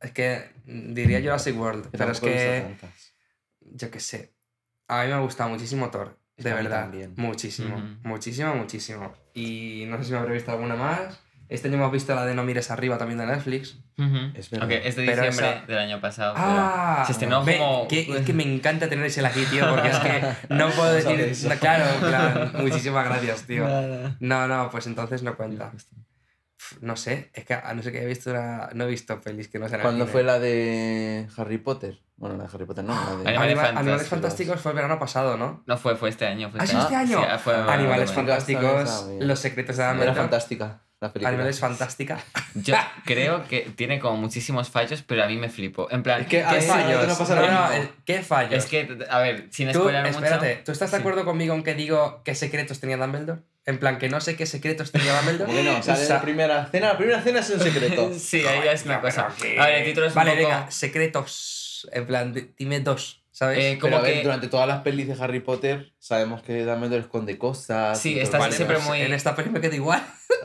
S1: Es que mm, diría Jurassic World, pero es
S3: tampoco he visto
S1: que,
S3: tantas.
S1: yo qué sé. A mí me ha gustado muchísimo Thor,
S3: Es
S1: de
S3: que a mí
S1: verdad.
S3: también.
S1: Muchísimo,
S4: Ujú.
S1: muchísimo, muchísimo. Y no sé si me habré visto alguna más. Este año hemos visto la de No mires arriba también de Netflix.
S4: Ujú.
S3: Es verdad.
S4: Aunque es de
S1: Pero
S4: diciembre
S1: esa-
S4: del año pasado. pero-
S1: Ah,
S4: se estrenó
S1: ve,
S4: como-
S1: que, es que me encanta tener ese aquí, tío, porque es que no puedo
S3: Vamos a ver
S1: decir.
S3: eso.
S1: no, claro, en plan, muchísimas gracias, tío.
S4: Nada.
S1: No, no, pues entonces no cuenta. Pf, No sé, es que a no ser que haya visto una. No he visto pelis que no sean.
S3: ¿Cuándo fue la de Harry Potter? Bueno, la de Harry Potter no, la de...
S4: Animales
S1: Animales,
S4: Fantásticos?
S1: Animales Fantásticos fue el verano pasado, ¿no?
S4: No
S3: Pues
S4: fue, fue este año. Fue
S1: ¿Ah,
S4: este
S1: sí, este año?
S4: Sí, ah, fue-
S1: Animales
S3: bueno.
S1: Fantásticos,
S3: Esa, mira.
S1: Los Secretos de
S3: Era
S1: Dumbledore.
S3: fantástica. la película.
S1: Animal es fantástica.
S4: Yo creo que tiene como muchísimos fallos, pero a mí me flipo. En plan,
S3: Es que a
S4: ¿qué
S3: mí no
S4: fallos?
S3: te lo pasa lo
S4: No,
S3: mismo.
S4: es-
S1: eh, ¿Qué fallos?
S4: Es que, a ver, sin
S1: Tú,
S4: spoiler mucho.
S1: espérate, ¿tú estás de
S4: Sí.
S1: acuerdo conmigo en que digo qué secretos tenía Dumbledore? En plan, que no sé qué secretos tenía Dumbledore.
S3: Bueno, sale
S1: Sa-
S3: la primera cena. La primera cena es un secreto.
S4: Sí, ahí ya es una
S1: Pero
S4: cosa.
S1: que-
S4: A ver, el título es un
S1: Vale,
S4: poco-
S1: venga, secretos. En plan, di- dime dos, ¿sabes?
S4: Eh,
S3: Pero
S4: como
S3: a ver,
S4: que-
S3: durante todas las pelis de Harry Potter sabemos que Dumbledore esconde cosas.
S4: Sí,
S3: y todo
S4: está
S3: el rollo.
S4: siempre muy-
S1: En esta peli me quedo igual.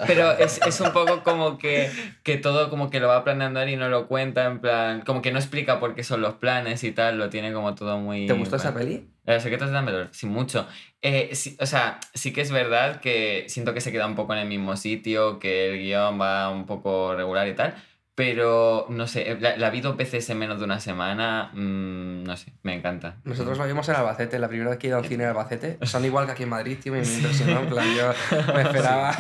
S4: Pero es, es un poco como que, que todo como que lo va planeando él y no lo cuenta, en plan, como que no explica por qué son los planes y tal, lo tiene como todo muy...
S1: ¿Te gustó esa
S4: bueno.
S1: peli?
S4: Los secretos de Dumbledore, sí, mucho. Eh, sí, o sea, sí que es verdad que siento que se queda un poco en el mismo sitio, que el guión va un poco regular y tal, pero no sé, eh, la, la vi dos veces en menos de una semana, mm, no sé, me encanta.
S1: Nosotros la vimos en Albacete, la primera vez que he ido al cine en Albacete. Son igual que aquí en Madrid, tío, y me impresionó. En plan, yo me esperaba.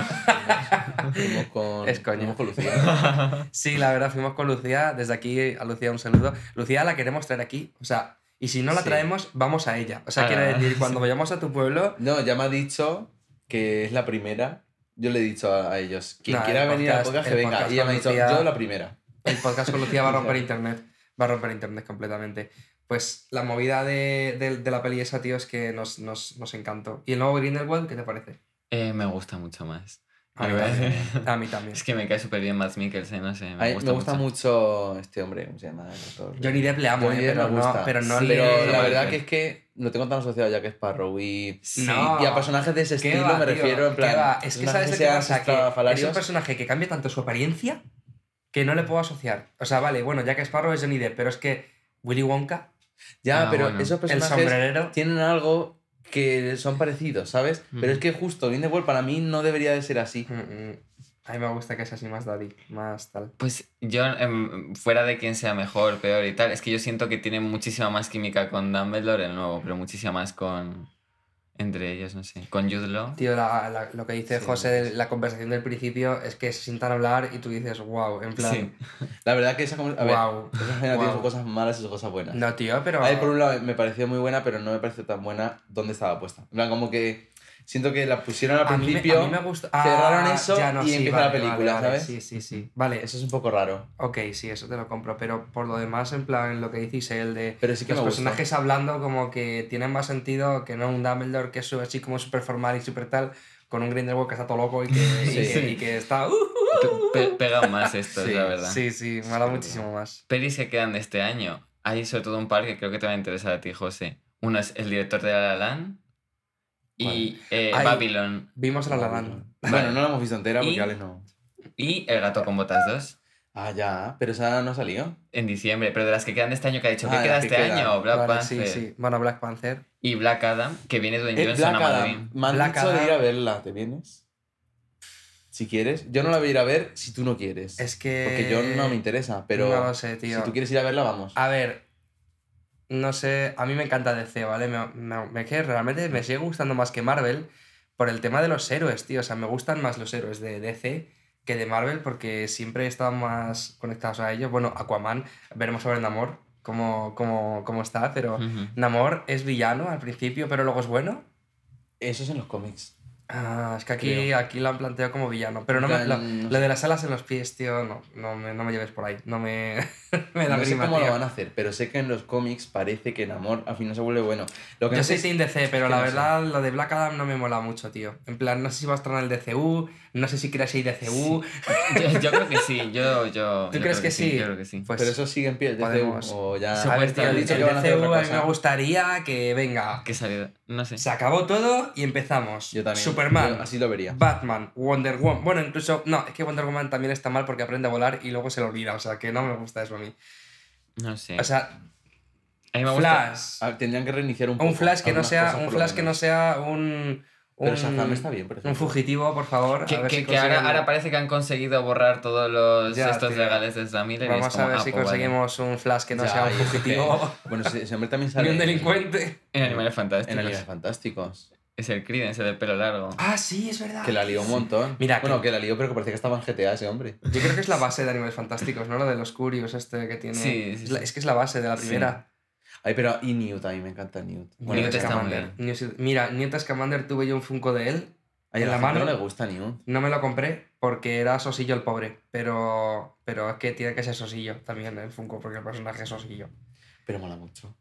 S3: Fuimos con,
S1: Es coño.
S3: fuimos con Lucía.
S1: Sí, la verdad, fuimos con Lucía. Desde aquí a Lucía un saludo. Lucía la queremos traer aquí. O sea, y si no la
S4: Sí.
S1: traemos, vamos a ella. O sea,
S4: Ah,
S1: quiero decir, cuando vayamos a tu pueblo.
S3: No, ya me ha dicho que es la primera. Yo le he dicho a, a ellos, quien
S1: No,
S3: quiera
S1: el
S3: venir a la
S1: podcast-
S3: podcast, que
S1: el
S3: venga.
S1: podcast
S3: Y ella me ha
S1: con
S3: dicho,
S1: Lucía-
S3: yo la primera.
S1: El podcast con Lucía va a romper internet. Va a romper internet completamente. Pues la movida de, de- de la peli esa, tío, es que nos, nos, nos encantó. ¿Y el nuevo Grindelwald, qué te parece?
S4: Eh, me gusta mucho más.
S1: A mí
S4: Me
S1: también.
S4: parece-
S1: A mí también.
S4: Es que me cae súper bien Matt Mikkelsen, no sé, me,
S3: A mí
S4: gusta,
S3: me gusta
S4: mucho.
S3: mucho este hombre, ¿cómo se llama? El actor?
S1: Johnny Depp le amo,
S3: Johnny
S1: eh,
S3: Depp
S1: pero,
S3: me
S1: no,
S3: gusta.
S1: pero no
S4: Sí,
S1: le...
S3: Pero
S4: Sí,
S3: la
S4: Johnny
S3: verdad
S4: Depp.
S3: que es que lo tengo tan asociado ya que es Sparrow y...
S4: Sí.
S1: No.
S3: y a personajes de ese
S1: ¿Qué
S3: estilo
S1: va,
S3: me
S1: tío?
S3: refiero en
S1: ¿Qué
S3: plan...
S1: va? Es que sabes
S3: personajes
S1: de qué
S3: sean
S1: pasa, que es
S3: estrafalarios.
S1: un personaje que cambia tanto su apariencia que no le puedo asociar. O sea, vale, bueno, Jack Sparrow es Johnny Depp, pero es que Willy Wonka,
S3: Ya,
S4: Ah,
S3: pero
S4: bueno.
S3: esos
S1: el
S3: personajes
S1: sombrerero...
S3: tienen algo que son parecidos, ¿sabes?
S4: Mm.
S3: Pero es que justo Grindelwald para mí no debería de ser así.
S1: Mm, mm. A mí me gusta que es así más daddy, más tal.
S4: Pues yo, em, fuera de quién sea mejor, peor y tal, es que yo siento que tiene muchísima más química con Dumbledore, el nuevo, pero muchísima más con. entre ellos, no sé. Con Jude Law.
S1: Tío, la- la- lo que dice
S3: Sí.
S1: José de la conversación del principio es que se sientan a hablar y tú dices, wow, en plan,
S4: Sí.
S3: La verdad que esa... como- A ver,
S1: wow.
S3: esa escena tiene sus
S1: Guau.
S3: cosas malas y sus cosas buenas.
S1: No, tío, pero...
S3: A mí, por un lado, me pareció muy buena, pero no me pareció tan buena donde estaba puesta. En plan, como que siento que la pusieron al
S1: A mí me-
S3: principio.
S1: a mí me gusta-
S3: cerraron
S1: Ah,
S3: eso
S1: ya no,
S3: y
S1: sí,
S3: empieza
S1: vale,
S3: la película,
S1: vale, vale,
S3: ¿sabes?
S1: Sí, sí, sí. Vale,
S3: Eso es un poco raro.
S1: Ok, sí, eso te lo compro, pero por lo demás, en plan, lo que dice el de
S3: Pero sí que
S1: los
S3: me gusta.
S1: personajes hablando como que tienen más sentido que no un Dumbledore que es así como súper formal y súper tal, con un Grindelwald que está todo loco y que, y
S3: Sí.
S1: que- y que está... "Uh, uh".
S4: Pe- pegan más estos,
S3: Sí,
S4: la verdad.
S1: Sí, sí, me mola muchísimo más.
S4: Pelis que quedan de este año. Hay sobre todo un par que creo que te va a interesar a ti, José. Uno es el director de La La Land y eh,
S1: Ay.
S4: Babylon
S1: Vimos la lavanda.
S3: Bueno, no la hemos visto entera porque
S4: Y-
S3: Alex no.
S4: y El gato con botas 2
S3: Ah, ya, pero esa no salió.
S4: en diciembre. Pero de las que quedan de este año que ha dicho, ¿qué
S3: Ah,
S4: queda
S3: las que
S4: este
S3: quedan.
S4: año? Black
S1: Vale, sí,
S4: Panther
S1: sí. Bueno, Black Panther.
S4: y Black Adam, que viene Dwayne
S3: Es
S4: Johnson
S3: Black
S4: a Madrid.
S3: Adam. Me han
S1: Black
S3: dicho de
S1: Adam.
S3: ir a verla, ¿te vienes? Si quieres. Yo no la voy a ir a ver si tú no quieres.
S1: Es que...
S3: Porque yo no me interesa, pero
S1: No lo sé, tío. Ah.
S3: si tú quieres ir a verla, vamos.
S1: A ver, no sé, a mí me encanta DC, ¿vale? Me, me, me- que realmente me sigue gustando más que Marvel por el tema de los héroes, tío. O sea, me gustan más los héroes de DC que de Marvel porque siempre he estado más conectados a ellos. Bueno, Aquaman, veremos a ver Namor cómo, cómo, cómo está, pero
S4: Ujú.
S1: Namor es villano al principio, pero luego es bueno.
S3: Eso es en los cómics.
S1: Ah, es que aquí,
S3: Creo.
S1: aquí lo han planteado como villano. Pero no me,
S3: En
S1: lo,
S3: plan, no
S1: lo
S3: sé.
S1: de las alas en los pies, tío, no, no, me, no me lleves por ahí. No me, me da
S3: no sé
S1: grima,
S3: cómo
S1: tío.
S3: lo van a hacer, pero sé que en los cómics parece que Namor al final se vuelve bueno. Lo que
S1: Yo
S3: no sé
S1: soy Team
S3: es-
S1: DC, pero
S3: que
S1: la
S3: no sé.
S1: verdad lo de Black Adam no me mola mucho, tío. En plan, no sé si va a estar en el DCU, no sé si crees que hay DCU.
S4: Yo, yo creo que sí, yo, yo.
S1: ¿Tú
S4: yo
S1: crees
S4: creo
S1: que sí?
S4: Yo creo que sí.
S1: Pues,
S3: pero eso sigue en pie el DCU.
S1: podemos-
S3: O ya.
S1: a ver, tío,
S4: han
S1: el,
S4: dicho
S1: el
S4: que
S1: DCU a mí me gustaría que venga.
S4: Que salió. No sé.
S1: Se acabó todo y empezamos.
S3: Yo también.
S1: Superman,
S3: Yo así lo vería.
S1: Batman, Wonder Woman. Bueno, incluso. No, es que Wonder Woman también está mal porque aprende a volar y luego se lo olvida. O sea, que no me gusta eso a mí.
S4: No sé.
S1: O sea,
S4: a mí me gusta.
S1: Flash.
S3: Ah, Tendrían que reiniciar un poco.
S1: Un Flash que no
S3: algunas
S1: sea.
S3: cosas,
S1: Un
S3: por lo
S1: Flash que no
S3: menos.
S1: sea un.
S3: Pero
S1: un-
S3: Shazam está bien, por
S1: Un
S3: ejemplo.
S1: fugitivo, por favor.
S4: Que,
S1: a ver
S4: que-
S1: si
S4: que ahora,
S1: consiguen-
S4: ahora parece que han conseguido borrar todos los
S1: Ya,
S4: estos
S1: tío.
S4: legales de Sam Miller. y es
S1: Vamos
S4: como,
S1: a ver
S4: ah,
S1: si
S4: pues vale.
S1: conseguimos un flash que no
S3: Ya,
S1: sea un
S3: y es que-
S1: fugitivo
S3: Bueno, ese ese hombre también sale.
S1: ni un delincuente.
S4: En Animales
S3: En
S4: Fantásticos.
S3: Animales Fantásticos.
S4: Es el Creedence, el del pelo largo.
S1: Ah, sí, es verdad.
S3: Que la lió un montón.
S1: Mira,
S3: bueno,
S1: que-
S3: que... la lió, pero que parecía que estaba en GTA ese hombre.
S1: Yo creo que es la base de Animales Fantásticos, ¿no? Lo de los Curios este que tiene.
S4: Sí, sí,
S1: es, la-
S4: sí.
S1: es que es la base de la primera.
S3: Ay, pero. Y Newt, a mí me encanta Newt. Bueno,
S4: Newt
S3: es
S4: está muy
S1: Scamander. Newt- mira, Newt Scamander tuve yo un Funko de él
S3: Ay, a
S1: en
S3: la,
S1: la
S3: gente no
S1: mano.
S3: le gusta ni un.
S1: No me lo compré porque era sosillo el pobre, pero, pero es que tiene que ser sosillo también el Funko porque el personaje es sosillo.
S3: Pero mola mucho.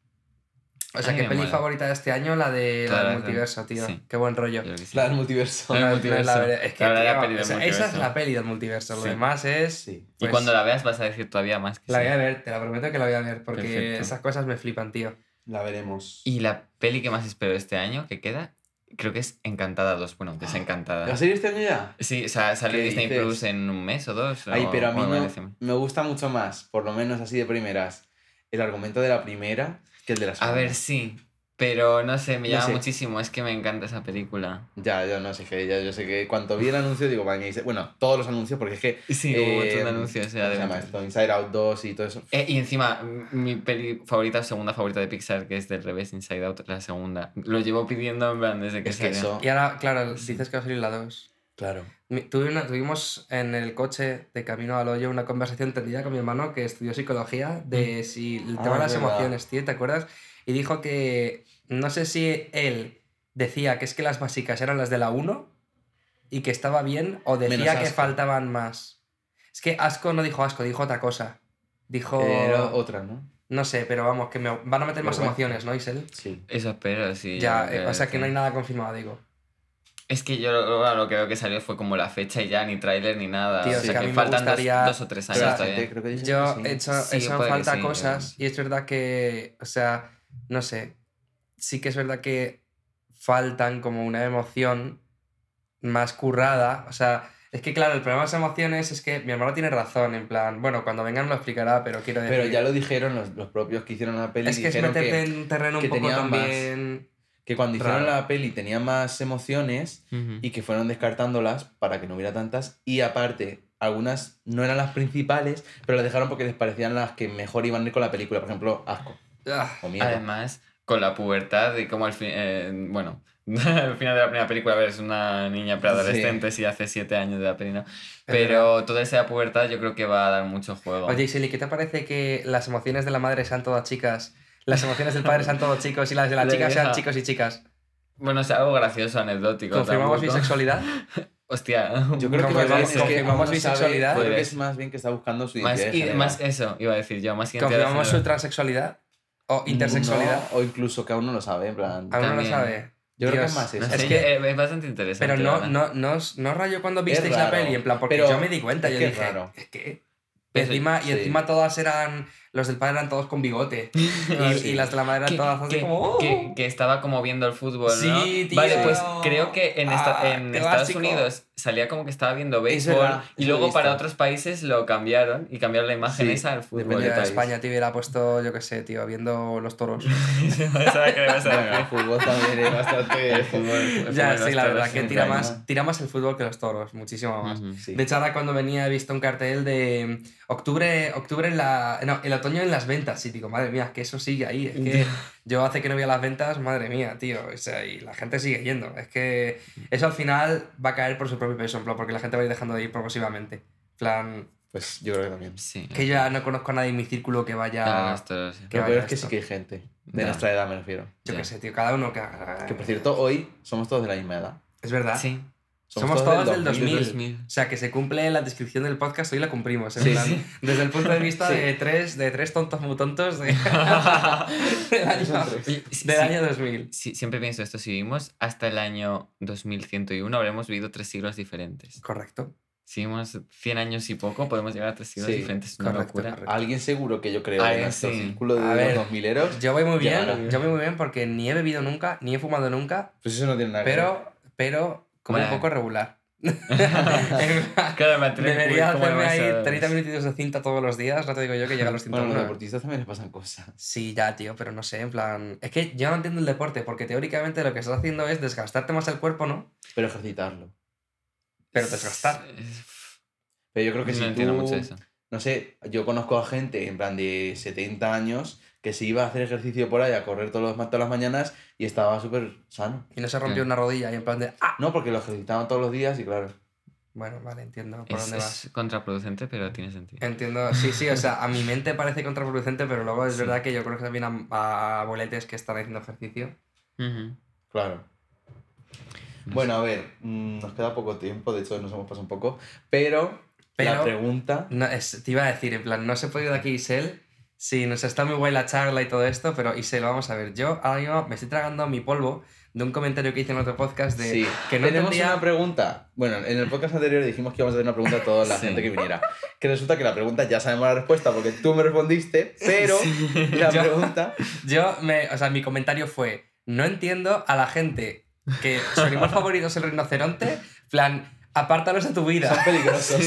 S1: O sea,
S4: A mí
S1: que
S4: me
S1: peli
S4: mola.
S1: favorita de este año, la de
S4: Toda
S1: la
S4: la
S1: del
S4: razón.
S1: multiverso, tío.
S4: Sí.
S1: Qué buen rollo.
S4: Yo creo que sí.
S3: La del multiverso.
S4: La- del
S1: No, no,
S4: multiverso.
S1: la verdad- es que,
S4: La verdad,
S1: tío,
S4: la peli del
S1: o sea, Esa
S4: multiverso.
S1: es la peli del multiverso. Lo
S4: Sí.
S1: demás es.
S3: Sí.
S4: Y
S1: pues,
S4: cuando la veas vas a decir todavía más que
S1: La
S4: sí.
S1: voy a ver, te la prometo que la voy a ver, porque
S4: Perfecto.
S1: esas cosas me flipan, tío.
S3: La veremos.
S4: Y la peli que más espero este año, que queda, creo que es Encantada 2. Bueno,
S3: ¿La
S4: desencantada.
S3: serie este año ya?
S4: Sí, o sea, sale
S3: ¿Qué
S4: Disney
S3: dices?
S4: Plus en un mes o dos.
S3: Ay,
S4: o-
S3: pero a mí
S4: o algo
S3: no-
S4: así.
S3: me gusta mucho más, por lo menos así de primeras, el argumento de la primera que el de la
S4: A
S3: segunda.
S4: ver, sí. Pero no sé, me
S3: No
S4: llama
S3: sé.
S4: muchísimo. Es que me encanta esa película.
S3: Ya, yo no sé qué, ya yo sé que cuando vi el anuncio digo, vaya, dice, bueno, todos los anuncios, porque es que...
S4: Sí,
S3: eh,
S4: hubo un montón de anuncios.
S3: ¿cómo
S4: Era
S3: se
S4: de
S3: llama esto? Inside Out 2 y todo eso.
S4: Eh, y encima, m- mi peli favorita, segunda favorita de Pixar, que es del revés, Inside Out, la segunda. Lo llevo pidiendo en plan desde que
S3: Es que
S4: salió.
S3: eso...
S1: Y ahora, claro, dices que va a salir la 2.
S3: Claro.
S1: Mi- tuve una- tuvimos en el coche de camino al hoyo una conversación tendida con mi hermano que estudió psicología de si el
S3: Ah,
S1: tema de las
S3: verdad.
S1: emociones, tío, ¿te acuerdas? Y dijo que no sé si él decía que es que las básicas eran las de la 1 y que estaba bien o
S3: Menos
S1: decía que
S3: asco.
S1: faltaban más. Es que asco no dijo asco, dijo otra cosa. Dijo
S3: Era
S4: Oh.
S3: otra, ¿no?
S1: no sé, pero vamos, que me van a meter más
S3: Vergüenza.
S1: emociones, ¿no, Isel?
S3: Sí.
S4: Eso espero, sí. yo
S1: Ya,
S4: creo
S1: eh, o sea que no hay
S4: sí.
S1: nada confirmado, digo.
S4: Es que yo lo, lo- lo que veo que salió fue como la fecha y ya, ni tráiler ni nada.
S1: Tío,
S4: o
S1: es
S4: sea
S1: que a
S4: que,
S1: mí me
S4: faltan dos-
S1: gustaría-
S4: dos, o tres años
S1: sea,
S4: todavía.
S3: creo que dicen
S1: Yo
S3: que sí.
S1: he hecho,
S4: Sí,
S1: he hecho en
S4: puede que
S1: falta
S4: sí,
S1: cosas y es verdad que, o sea, no sé, sí que es verdad que faltan como una emoción más currada, o sea, es que claro, el problema de las emociones es que mi hermano tiene razón, en plan, bueno, cuando vengan lo explicará, pero quiero decir,
S3: Pero ya lo dijeron los, los propios que hicieron la peli.
S1: es que es
S3: dijeron
S1: meterte en un terreno
S3: que
S1: un poco
S3: tenían más.
S1: también...
S3: que cuando hicieron
S1: Raro.
S3: la peli tenía más emociones
S4: Ujú.
S3: y que fueron descartándolas para que no hubiera tantas. Y aparte, algunas no eran las principales, pero las dejaron porque les parecían las que mejor iban a ir con la película. Por ejemplo, asco
S1: Ah,
S3: o miedo.
S4: Además, con la pubertad y como al fin. eh, bueno, al final de la primera película, a ver, es una niña preadolescente, sí. hace siete años de la peli, ¿no? Pero toda esa pubertad yo creo que va a dar mucho juego.
S1: Oye, Iseli, ¿qué te parece que las emociones de la madre sean todas chicas, las emociones del padre sean todos chicos y las de la
S4: La
S1: chica sean
S4: vieja.
S1: chicos y chicas?
S4: Bueno, es algo gracioso, anecdótico.
S1: ¿Confirmamos
S4: tampoco.
S1: bisexualidad?
S4: Hostia.
S3: Yo creo
S1: Confirmamos-
S3: que, más bien es que
S1: confirmamos
S3: aún no sabe,
S1: bisexualidad.
S3: creo que
S4: Pues.
S3: es más bien que está buscando su
S4: más,
S3: identidad de
S4: y-
S3: género.
S4: más eso, iba a decir yo, más identidad de
S1: ¿Confirmamos su
S4: género.
S1: transexualidad? ¿O intersexualidad?
S3: No, o incluso que aún no lo sabe, en plan.
S1: Aún no lo
S4: También.
S1: sabe.
S3: Yo creo que
S1: Dios,
S3: es más
S4: No
S3: eso.
S4: sé,
S1: Es
S4: yo-
S1: que-
S4: eh, es bastante interesante.
S1: Pero no,
S4: ¿verdad?
S1: no, no, os- no os rayó cuando visteis la
S3: raro,
S1: peli, en plan, porque
S3: pero
S1: yo me di cuenta,
S3: es
S1: yo
S3: que es
S1: dije,
S3: raro.
S1: es que...
S4: Pero-
S1: encima,
S3: sí.
S1: Y encima todas eran, los del padre eran todos con bigote, y,
S3: Ah, Sí.
S1: y las de la madre eran
S4: que,
S1: todas así
S4: que-
S1: como... "Oh".
S4: que- que estaba como viendo el fútbol, ¿no?
S1: Sí, tío.
S4: Vale, pues creo que en, esta-
S1: Ah,
S4: en
S1: qué
S4: Estados
S1: básico.
S4: Unidos salía como que estaba viendo
S3: Es
S4: béisbol
S3: verdad,
S4: y
S3: eso lo he
S4: luego para
S3: visto.
S4: otros países lo cambiaron y cambiaron la imagen
S3: Sí,
S4: esa al
S1: Yo
S4: fútbol.
S3: depende
S1: en
S3: del país.
S1: España, tío, hubiera puesto, yo qué sé, tío, viendo los toros.
S4: Eso era que le ibas a
S3: Bueno, el
S4: decir.
S3: fútbol también es bastante.
S4: El fútbol-
S1: ya, sí,
S4: el fútbol de
S1: la
S4: los
S1: verdad,
S4: toros
S1: que
S4: es
S1: tira
S4: un
S1: más,
S3: engaño.
S1: tira más el fútbol que los toros,
S3: Mm.
S1: muchísimo más.
S4: Ujú.
S3: Sí.
S1: De hecho, ahora cuando venía he visto un cartel de mm, octubre, octubre en la. No, el otoño en las ventas. Y digo, madre mía, es que eso sigue ahí. Es que yo hace que no voy a las ventas, madre mía, tío. O sea, y la gente sigue yendo. Es que
S3: Mm.
S1: eso al final va a caer por su propio peso, en plan, porque la gente va a ir dejando de ir progresivamente. En plan,
S3: Pues yo creo que también.
S4: Sí.
S1: que yo ya no conozco a nadie en mi círculo que
S4: Ah,
S1: vaya.
S4: los toros, sí.
S1: Que
S3: Lo
S1: vaya
S3: peor es que
S1: esto.
S3: sí que hay gente. De
S4: Ya.
S3: nuestra edad, me refiero.
S1: Yo
S4: ya.
S1: qué sé, tío, cada uno que haga.
S3: Que por cierto, hoy somos todos de la misma edad.
S1: Es verdad.
S4: Sí.
S1: Somos todos del 2000.
S4: Del 2000.
S1: O sea, que se cumple la descripción del podcast, hoy la cumplimos. en
S3: Sí,
S1: plan,
S4: sí.
S1: Desde el punto de vista
S3: Sí.
S1: de, tres, de tres tontos muy tontos de- del año,
S4: Oye, sí,
S1: del
S4: sí.
S1: año 2000.
S4: Sí, siempre pienso esto, si vivimos hasta el año 2101 habremos vivido tres siglos diferentes.
S1: Correcto.
S4: Si vivimos 100 años y poco, podemos llegar a tres siglos
S3: Sí,
S4: diferentes. Es una
S1: correcto,
S4: locura.
S1: correcto.
S3: Alguien seguro que yo creo
S4: Ah,
S3: en nuestro
S4: sí.
S3: círculo de
S1: A ver.
S3: los 2000 eros.
S1: Yo voy muy bien,
S3: Llegará.
S4: ¿eh?
S1: yo voy muy bien porque ni he bebido nunca, ni he fumado nunca,
S3: Pues eso no tiene nada que ver.
S1: pero, pero como un
S4: Bueno.
S1: poco regular. En plan,
S4: Claro, mantener el
S1: Debería
S4: culo como
S1: hacerme ahí
S4: demasiado-
S1: 30 minutitos de cinta todos los días, no te digo yo que llega a los
S3: Bueno,
S1: 101.
S3: a los deportistas también les pasan cosas.
S1: Sí, ya, tío, pero no sé, en plan... Es que yo no entiendo el deporte, porque teóricamente lo que estás haciendo es desgastarte más el cuerpo, ¿no?
S3: Pero ejercitarlo.
S1: Pero desgastar.
S3: Pero yo creo que
S4: no
S3: si
S4: entiendo
S3: tú-
S4: mucho eso.
S3: No sé, yo conozco a gente en plan de 70 años que se iba a hacer ejercicio por ahí, a correr todos los, todas las mañanas y estaba súper sano.
S1: Y no se rompió
S3: Mm.
S4: Claro.
S1: una rodilla y en plan de... ¡Ah!
S3: No, porque lo ejercitaban todos los días y claro.
S1: Bueno, vale, entiendo por
S4: Es,
S1: dónde vas.
S4: es contraproducente, pero tiene sentido.
S1: Entiendo, sí, sí, o sea, a mi mente parece contraproducente, pero luego es verdad que yo creo que también a, a boletes que están haciendo ejercicio.
S4: Ujú.
S3: Claro. Bueno, a ver, mm, nos queda poco tiempo, de hecho nos hemos pasado un poco, pero, la
S1: Pero-
S3: pregunta...
S1: No, es- te iba a decir, en plan, no se puede ir de aquí Isel. Sí, nos está muy guay la charla y todo esto, pero Isel, vamos a ver, yo ahora mismo me estoy tragando mi polvo de un comentario que hice en otro podcast de
S3: Sí,
S1: que no
S3: tenemos
S1: entendía-
S3: una pregunta. Bueno, en el podcast anterior dijimos que íbamos a hacer una pregunta a toda la
S4: Sí.
S3: gente que viniera. Que resulta que la pregunta ya sabemos la respuesta porque tú me respondiste, pero la
S1: Yo-
S3: pregunta...
S1: Yo, me, o sea, mi comentario fue, no entiendo a la gente que su animal favorito es el rinoceronte, plan, apártalos de tu
S3: Son
S1: vida.
S3: peligrosos.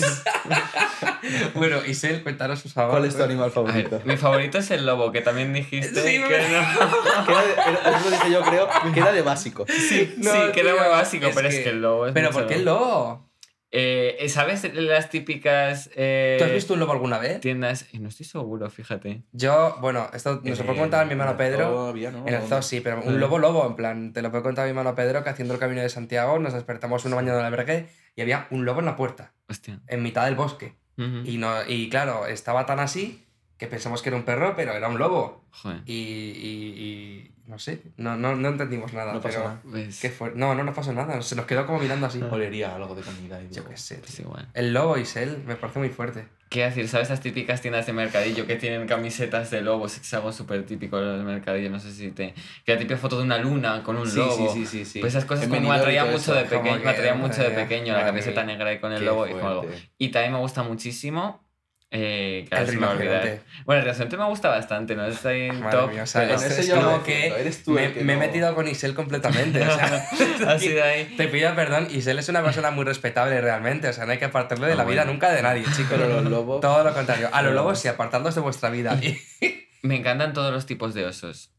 S1: bueno, Isel, cuéntanos sus favor.
S3: ¿Cuál es tu animal
S4: A
S3: favorito?
S4: ver, mi favorito es el lobo, que también dijiste
S1: Sí,
S4: que
S1: me-
S4: no.
S3: Que era de- era- eso lo dije yo creo que era de básico.
S4: Sí,
S1: No,
S4: sí, que era muy
S1: tío,
S4: básico,
S1: es
S4: pero es
S1: que-
S4: que el lobo es
S1: Pero
S4: mucho
S1: ¿por qué el lobo?
S4: Eh, eh, ¿Sabes las típicas eh,
S1: ¿Tú has visto un lobo alguna vez?
S4: tiendas? Eh, No estoy seguro, fíjate.
S1: Yo, bueno, esto nos lo puede contar mi hermano Pedro.
S3: Todavía no.
S1: En el zoo sí, pero
S4: Mm.
S1: un lobo lobo, en plan, te lo puedo contar mi hermano Pedro que haciendo el camino de Santiago nos despertamos una mañana en el albergue y había un lobo en la puerta,
S4: Hostia.
S1: en mitad del bosque.
S4: Ujú.
S1: Y, no, y claro, estaba tan así que pensamos que era un perro, pero era un lobo.
S4: Joder.
S1: Y, y- y no sé, no, no, no entendimos nada.
S3: No pasa
S1: pero
S3: nada.
S4: Pues,
S1: ¿qué fue? No, no nos pasó nada, se nos quedó como mirando así.
S3: Olería algo de comida. Y
S1: Yo
S3: luego-
S1: qué sé.
S4: pues
S1: tío.
S4: igual.
S1: El lobo Isel me parece muy fuerte.
S4: ¿Qué decir? ¿Sabes las típicas tiendas de mercadillo que tienen camisetas de lobos? Es algo súper típico de los mercadillos. No sé si te. Que la típica foto de una luna con un
S3: Sí,
S4: lobo.
S3: sí, sí, sí, sí.
S4: Pues esas cosas
S3: He
S4: como me
S3: venido y
S4: atraía
S3: todo
S4: mucho
S3: eso.
S4: de pequeño,
S1: Como
S4: me atraía
S1: que,
S4: mucho de
S1: madre mía,
S4: pequeño la
S1: madre
S4: camiseta
S1: mía.
S4: negra y con el
S3: Qué
S4: lobo y fue algo.
S3: fuerte.
S4: Y también me gusta muchísimo. Eh, claro,
S1: el
S4: se me va a olvidar.
S1: rinoceronte.
S4: Bueno, el rinoceronte me gusta bastante, ¿no? Está ahí en
S1: Madre
S4: top.
S1: mía, o sea,
S4: pero-
S1: es-
S3: Con ese
S1: es
S3: yo lo
S1: como
S3: defiendo,
S1: que
S3: eres tú
S1: me,
S3: el que
S1: me he
S3: no-
S1: metido con Isel completamente. o sea,
S4: ha sido ahí.
S1: te pido perdón, Isel es una persona muy respetable realmente. O sea, no hay que apartarle de
S4: Ah,
S1: la vida
S4: bueno.
S1: nunca de nadie, chicos.
S3: Pero los lobos...
S1: Todo lo contrario. A los
S3: Pero-
S1: lobos sí, apartadlos de vuestra vida.
S4: Me encantan todos los tipos de osos.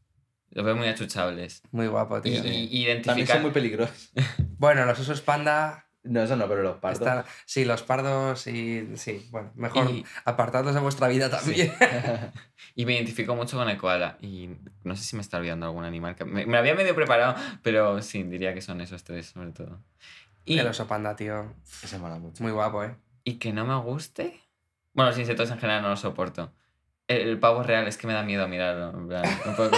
S4: Los veo muy achuchables.
S1: Muy guapo,
S4: Y,
S1: tío.
S4: y- y
S3: También
S4: identificar.
S3: son muy peligrosos.
S1: Bueno, los osos panda.
S3: No, eso no, pero los pardos.
S1: están- sí, los pardos y. Sí, bueno, mejor
S4: Y-
S1: apartadlos de vuestra vida también.
S4: Y me identifico mucho con el koala. Y no sé si me está olvidando algún animal. Que me, me lo había medio preparado, pero sí, diría que son esos tres, sobre todo. Y,
S1: El oso panda, tío.
S3: Ese mola mucho.
S1: Muy guapo, ¿eh?
S4: y que no me guste. Bueno, los insectos en general no los soporto. El, el pavo real es que me da miedo mirarlo. en plan, un poco.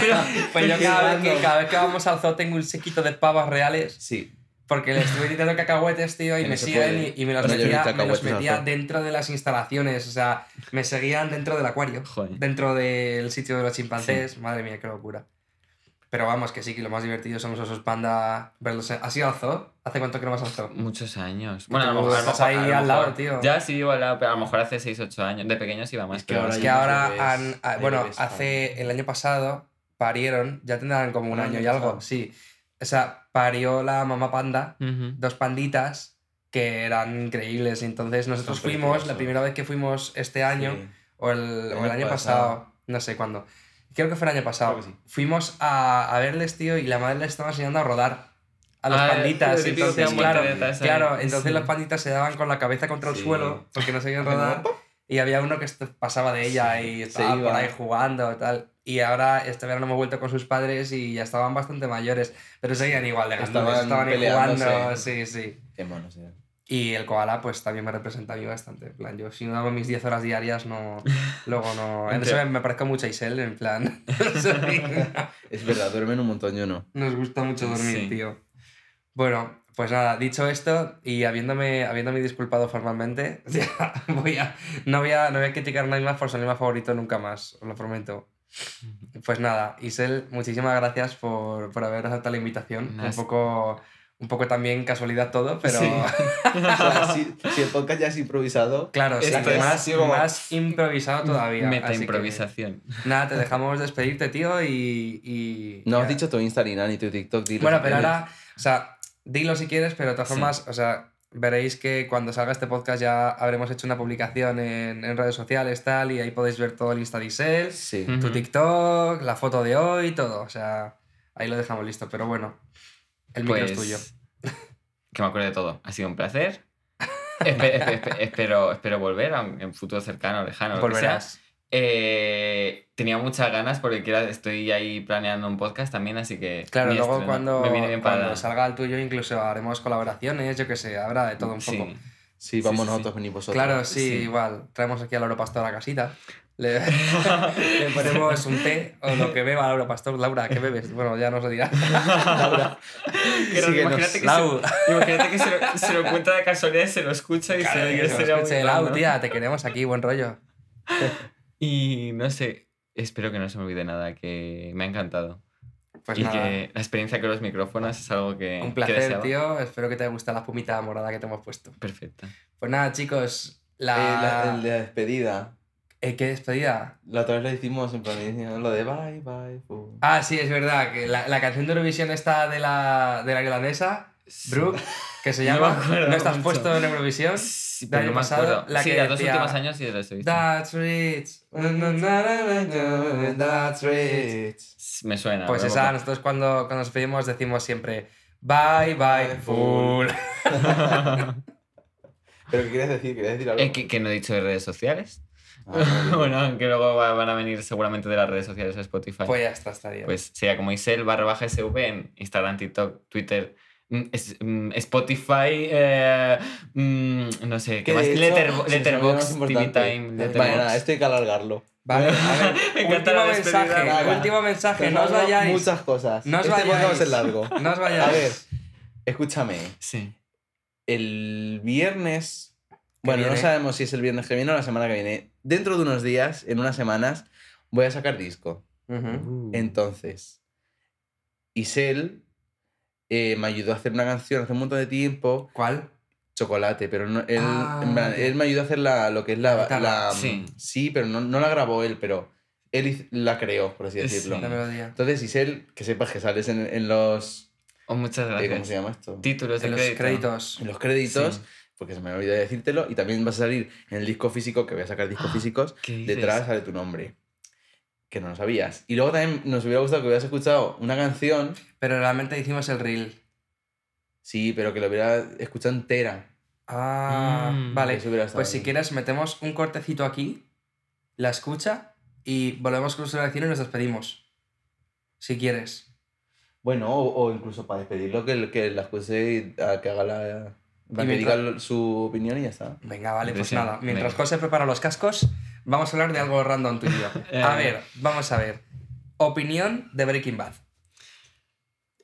S4: Pero-
S1: Pues yo
S3: Qué
S1: cada vez, que,
S3: random.
S1: cada vez que vamos al zoo tengo un sequito de pavas reales
S3: Sí,
S1: porque le estuve gritando cacahuetes, tío, y
S3: Que no
S1: me
S3: se
S1: siguen
S3: puede.
S1: y, y me los
S3: No, yo he
S1: metía,
S3: visto
S1: me los
S3: cacahuetes al
S1: metía
S3: zoo.
S1: dentro de las instalaciones, o sea, me seguían dentro del acuario,
S4: Joder.
S1: dentro del sitio de los chimpancés, madre mía, qué locura. Pero vamos, que sí, que lo más divertido son los osos panda, verlos. en- ¿Has ido al zoo? ¿Hace cuánto que no vas al zoo?
S4: Muchos años. Bueno, a lo
S1: Tú
S4: mejor. a lo
S1: estás
S4: mejor-
S1: ahí
S4: a lo
S1: al lado,
S4: mejor-
S1: tío.
S4: Ya sí vivo al lado, pero a lo mejor hace 6-8 años. De pequeños iba más.
S3: que
S4: pero
S3: ahora
S1: Es
S3: Hay
S1: que
S3: bebés,
S1: ahora han, ah,
S3: hay
S1: bueno,
S3: bebés
S1: hace
S3: también.
S1: el año pasado parieron, ya tendrán como un
S3: Ah,
S1: año y
S3: ya
S1: algo,
S3: pasado. Mm.
S1: sí. O sea, parió la mamá panda,
S4: Ujú.
S1: dos panditas que eran increíbles. Entonces nosotros
S3: Son
S1: fuimos, la
S3: preciosos.
S1: primera vez que fuimos este año,
S3: sí.
S1: o el, o el
S3: año
S1: año pasado.
S3: pasado.
S1: no sé cuándo. Creo que fue el año pasado.
S3: Creo que sí.
S1: Fuimos a, a verles, tío, y la madre les estaba enseñando a rodar. A los
S4: Ah,
S1: panditas,
S4: lo típico que
S1: entonces,
S4: dan
S1: claro,
S4: volteretas ahí.
S1: claro, entonces
S4: ¿eh? Sí.
S1: los panditas se daban con la cabeza contra el
S3: Sí.
S1: suelo porque no seguían rodar y había uno que est- pasaba de ella
S3: Sí,
S1: y
S3: se
S1: estaba por
S3: iba.
S1: ahí jugando y tal. Y ahora este verano hemos vuelto con sus padres y ya estaban bastante mayores, pero seguían igual de grandes,
S3: Estaban
S1: estaban ahí
S3: peleándose.
S1: jugando, sí, sí.
S3: Qué monos eran.
S1: Y el koala, pues también me representa a mí bastante. En plan, yo si no hago mis 10 horas diarias, no. Luego no. En eso
S4: Entiendo.
S1: me parezco mucho a Isel, en plan. soy-
S3: Es verdad, duermen un montón, yo no.
S1: Nos gusta mucho dormir,
S4: Sí.
S1: tío. Bueno, pues nada, dicho esto y habiéndome, habiéndome disculpado formalmente, ya voy a, no, voy a, no voy a criticar a nadie más por su anima favorito nunca más, os lo prometo. Pues nada, Isel, muchísimas gracias por, por haber aceptado la invitación.
S4: Nada,
S1: Un
S4: es-
S1: poco, un poco también casualidad todo, pero.
S4: Sí.
S3: O sea, si, si el podcast ya es improvisado,
S1: Claro, sí,
S4: Esto
S1: que
S4: es
S1: más,
S3: así como-
S1: más improvisado todavía.
S4: Meta
S1: así que,
S4: improvisación.
S1: nada, te dejamos despedirte, tío, y... y-
S3: no
S1: ya.
S3: has dicho tu Insta ni nada, ni tu TikTok. dilo
S1: Bueno,
S3: si
S1: pero
S3: quieres.
S1: ahora, o sea, dilo si quieres, pero de todas
S4: Sí.
S1: formas, o sea, veréis que cuando salga este podcast ya habremos hecho una publicación en, en redes sociales, tal, y ahí podéis ver todo el Insta de Isel,
S3: Sí.
S4: Mm.
S1: tu
S4: Ujú.
S1: TikTok, la foto de hoy, todo, o sea, ahí lo dejamos listo, pero bueno, el micro
S4: Pues,
S1: es tuyo.
S4: Que me acuerdo de todo. Ha sido un placer. Espe- espe- espe- espero, espero volver a un- en futuro cercano, lejano. lo que sea.
S1: Volverás.
S4: Eh, tenía muchas ganas porque quiero- estoy ahí planeando un podcast también, así que.
S1: Claro,
S4: mi
S1: luego
S4: estreno
S1: cuando,
S4: Me viene bien
S1: cuando
S4: para.
S1: salga el tuyo incluso haremos colaboraciones, yo qué sé, habrá de todo un poco.
S4: Sí.
S3: Sí, vamos
S4: Sí, sí, sí.
S3: nosotros, venís vosotros.
S1: Claro, sí,
S4: Sí.
S1: igual. Traemos aquí al Europastor a la casita. Le, le ponemos un té o lo que beba Laura Pastor. Laura, ¿qué bebes? Bueno, ya nos lo dirá.
S3: Laura.
S4: Pero
S3: síguenos.
S4: imagínate que,
S1: Lau.
S4: se, imagínate que se lo, se lo cuenta de casualidad y se lo escucha y
S1: Claro,
S4: se
S1: que
S4: lo
S1: nos
S4: sería muy
S1: escuche, Lau,
S4: raro.
S1: tía, te queremos aquí, buen rollo.
S4: Y no sé, espero que no se me olvide nada, que me ha encantado.
S1: Pues
S4: y
S1: nada.
S4: que la experiencia con los micrófonos es algo que.
S1: Un
S4: que
S1: placer,
S4: deseaba.
S1: tío. Espero que te haya gustado la fumita morada que te hemos puesto.
S4: Perfecto.
S1: Pues nada, chicos,
S3: Eh, la,
S1: la.
S3: el de la despedida.
S1: eh, ¿Qué despedida?
S3: La otra vez lo hicimos en plan diciendo lo de bye, bye, fu.
S1: Ah, sí, es verdad, que la, la canción de Eurovisión está de la, de la irlandesa, Brooke, que se
S4: No
S1: llama
S4: me
S1: ¿No,
S4: acuerdo
S1: estás
S4: mucho.
S1: puesto en Eurovisión?
S4: Sí,
S1: del
S4: pero
S1: año
S4: no me
S1: pasado,
S4: acuerdo.
S1: la
S4: sí,
S1: que
S4: de los
S1: decía-
S4: últimos años y de los he visto.
S1: That's rich. na, na, na, na, na, na, that's rich.
S4: Sí, Ah, Me suena.
S1: Pues
S4: pero
S1: esa,
S4: poco.
S1: nosotros cuando, cuando nos pedimos decimos siempre bye bye
S3: Bye,
S1: fool.
S3: ¿Pero qué quieres decir? ¿Querías decir algo?
S4: Eh, que, que no he dicho de redes sociales.
S3: Ah, vale.
S4: bueno, que luego va- van a venir seguramente de las redes sociales a Spotify.
S1: Pues ya está, estaría.
S4: Pues sería como Isel barra baja SV en Instagram, TikTok, Twitter, mm, es- mm, Spotify, eh, mm, no sé, ¿qué
S3: Que
S4: más?
S3: de hecho, se
S4: Letterbo-
S3: nos olvidó lo más
S4: Letterboxd, TV
S3: importante.
S4: Time,
S3: Vale,
S4: Letterboxd.
S3: nada, esto hay que alargarlo.
S1: Vale, a ver,
S4: Me encanta
S1: último
S4: la despedida.
S1: mensaje,
S3: Venga.
S1: último mensaje,
S3: Pero
S1: no os
S3: no, no,
S1: vayáis.
S3: Muchas cosas.
S1: No os
S3: este podcast va a
S1: vayáis.
S3: ser largo.
S1: No os vayáis.
S3: A ver, escúchame.
S4: Sí.
S3: El viernes. Bueno, no
S1: viene?
S3: sabemos si es el viernes que viene o la semana que viene. Dentro de unos días, en unas semanas, voy a sacar disco.
S1: Ujú.
S4: Mm.
S3: Entonces, Isel eh, me ayudó a hacer una canción hace un montón de tiempo,
S1: ¿Cuál?
S3: Chocolate, pero no, él,
S1: Ah,
S3: en plan,
S1: ya.
S3: él me ayudó a hacer la, lo que es la...
S1: La guitarra.
S3: la- mm,
S4: Sí.
S3: pero no, no la grabó él, pero él hiz- la creó, por así
S4: Sí.
S3: decirlo.
S1: La melodía.
S3: Entonces, Isel, que sepas que sales en, en los...
S4: Oh, muchas
S3: eh, ¿Cómo
S4: gracias.
S3: se llama esto?
S4: Títulos de
S1: En los
S4: crédito.
S1: créditos.
S3: En los créditos,
S4: Sí.
S3: porque se me olvidó decírtelo, y también vas a salir en el disco físico, que voy a sacar discos físicos,
S4: Ah, ¿Qué dices?
S3: detrás sale tu nombre, que no lo sabías. Y luego también nos hubiera gustado que hubieras escuchado una canción...
S1: Pero realmente hicimos el reel.
S3: Sí, pero que lo hubiera escuchado entera.
S1: Ah,
S4: Mm.
S1: vale.
S3: Eso hubiera estado
S1: Pues si
S3: bien.
S1: quieres, metemos un cortecito aquí, la escucha y volvemos con su reacción y nos despedimos. Si quieres.
S3: Bueno, o, o incluso para despedirlo, que, que la escuche y a que haga la. para
S1: Y
S3: que
S1: mientras-
S3: diga su opinión y ya está.
S1: Venga, vale, pues
S4: Impresión.
S1: nada. Mientras
S4: Venga.
S1: José prepara los cascos, vamos a hablar de algo random tú y yo. A
S4: Eh.
S1: ver, vamos a ver. Opinión de Breaking Bad.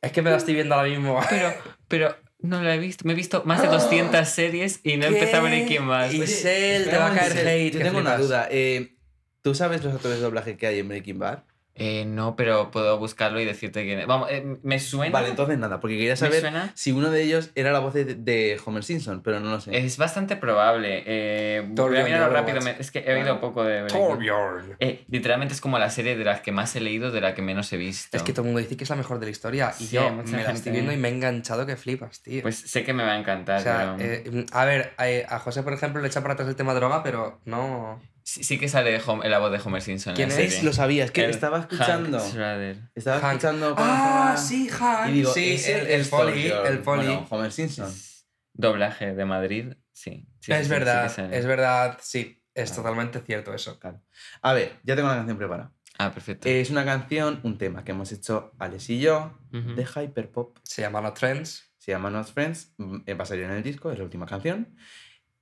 S1: Es que me la estoy viendo ahora mismo.
S4: Pero, pero no lo he visto. Me he visto más de 200 series y no he empezado a Breaking Bad.
S1: Y Sel, Pues te va a caer hate.
S3: Yo
S1: que
S3: tengo una
S1: flipas.
S3: duda. eh, ¿Tú sabes los actores de doblaje que hay en Breaking Bad?
S4: Eh, no, pero puedo buscarlo y decirte quién es. Vamos, eh, me suena.
S3: Vale, entonces nada, porque quería
S4: me
S3: saber
S4: suena.
S3: si uno de ellos era la voz de, de Homer Simpson, pero no lo sé.
S4: Es bastante probable. Eh, voy a
S1: Torbjörn
S4: mirarlo
S1: de
S4: rápido.
S1: Overwatch.
S4: me- es que he oído
S3: Vale.
S4: poco de Breaking Bad.
S1: Torbjörn.
S4: Eh, literalmente es como la serie de las que más he leído, de la que menos he visto.
S1: Es que todo el mundo dice que es la mejor de la historia. Y
S4: Sí,
S1: yo
S4: hay
S1: me
S4: mucha
S1: la estoy
S4: gente.
S1: viendo y me he enganchado que flipas, tío.
S4: Pues sé que me va a encantar.
S1: o sea,
S4: pero-
S1: eh, a ver, eh, a José, por ejemplo, le echa para atrás el tema droga, pero no.
S4: sí, sí que sale Hom- la voz de Homer Simpson. en
S1: ¿Quién
S4: la
S1: es?
S4: serie.
S3: Lo sabía, es que
S4: El
S3: estaba
S4: Hank
S3: escuchando.
S4: Schrader.
S3: Estaba
S1: Hank.
S3: escuchando. cuando
S1: Ah,
S3: estaba-
S1: sí, Hank.
S3: Y digo,
S1: sí,
S3: es
S1: el, el
S3: es
S1: poli.
S3: Thor,
S1: El poli.
S3: Bueno, Homer Simpson.
S4: Doblaje de Madrid. Sí. sí, sí,
S1: Ah. es
S4: sí, sí que
S1: verdad,
S4: sale.
S1: es verdad, sí. Es
S3: Ah.
S1: totalmente cierto eso.
S3: A ver, ya tengo la canción preparada.
S4: Ah,
S1: Eh,
S4: perfecto.
S3: Es una canción, un tema que hemos hecho Alex y yo,
S4: Ujú.
S3: de Hyperpop.
S1: Se llama Los Trends.
S3: Se llama Not Friends, mm, eh, va a salir en el disco, es la última canción.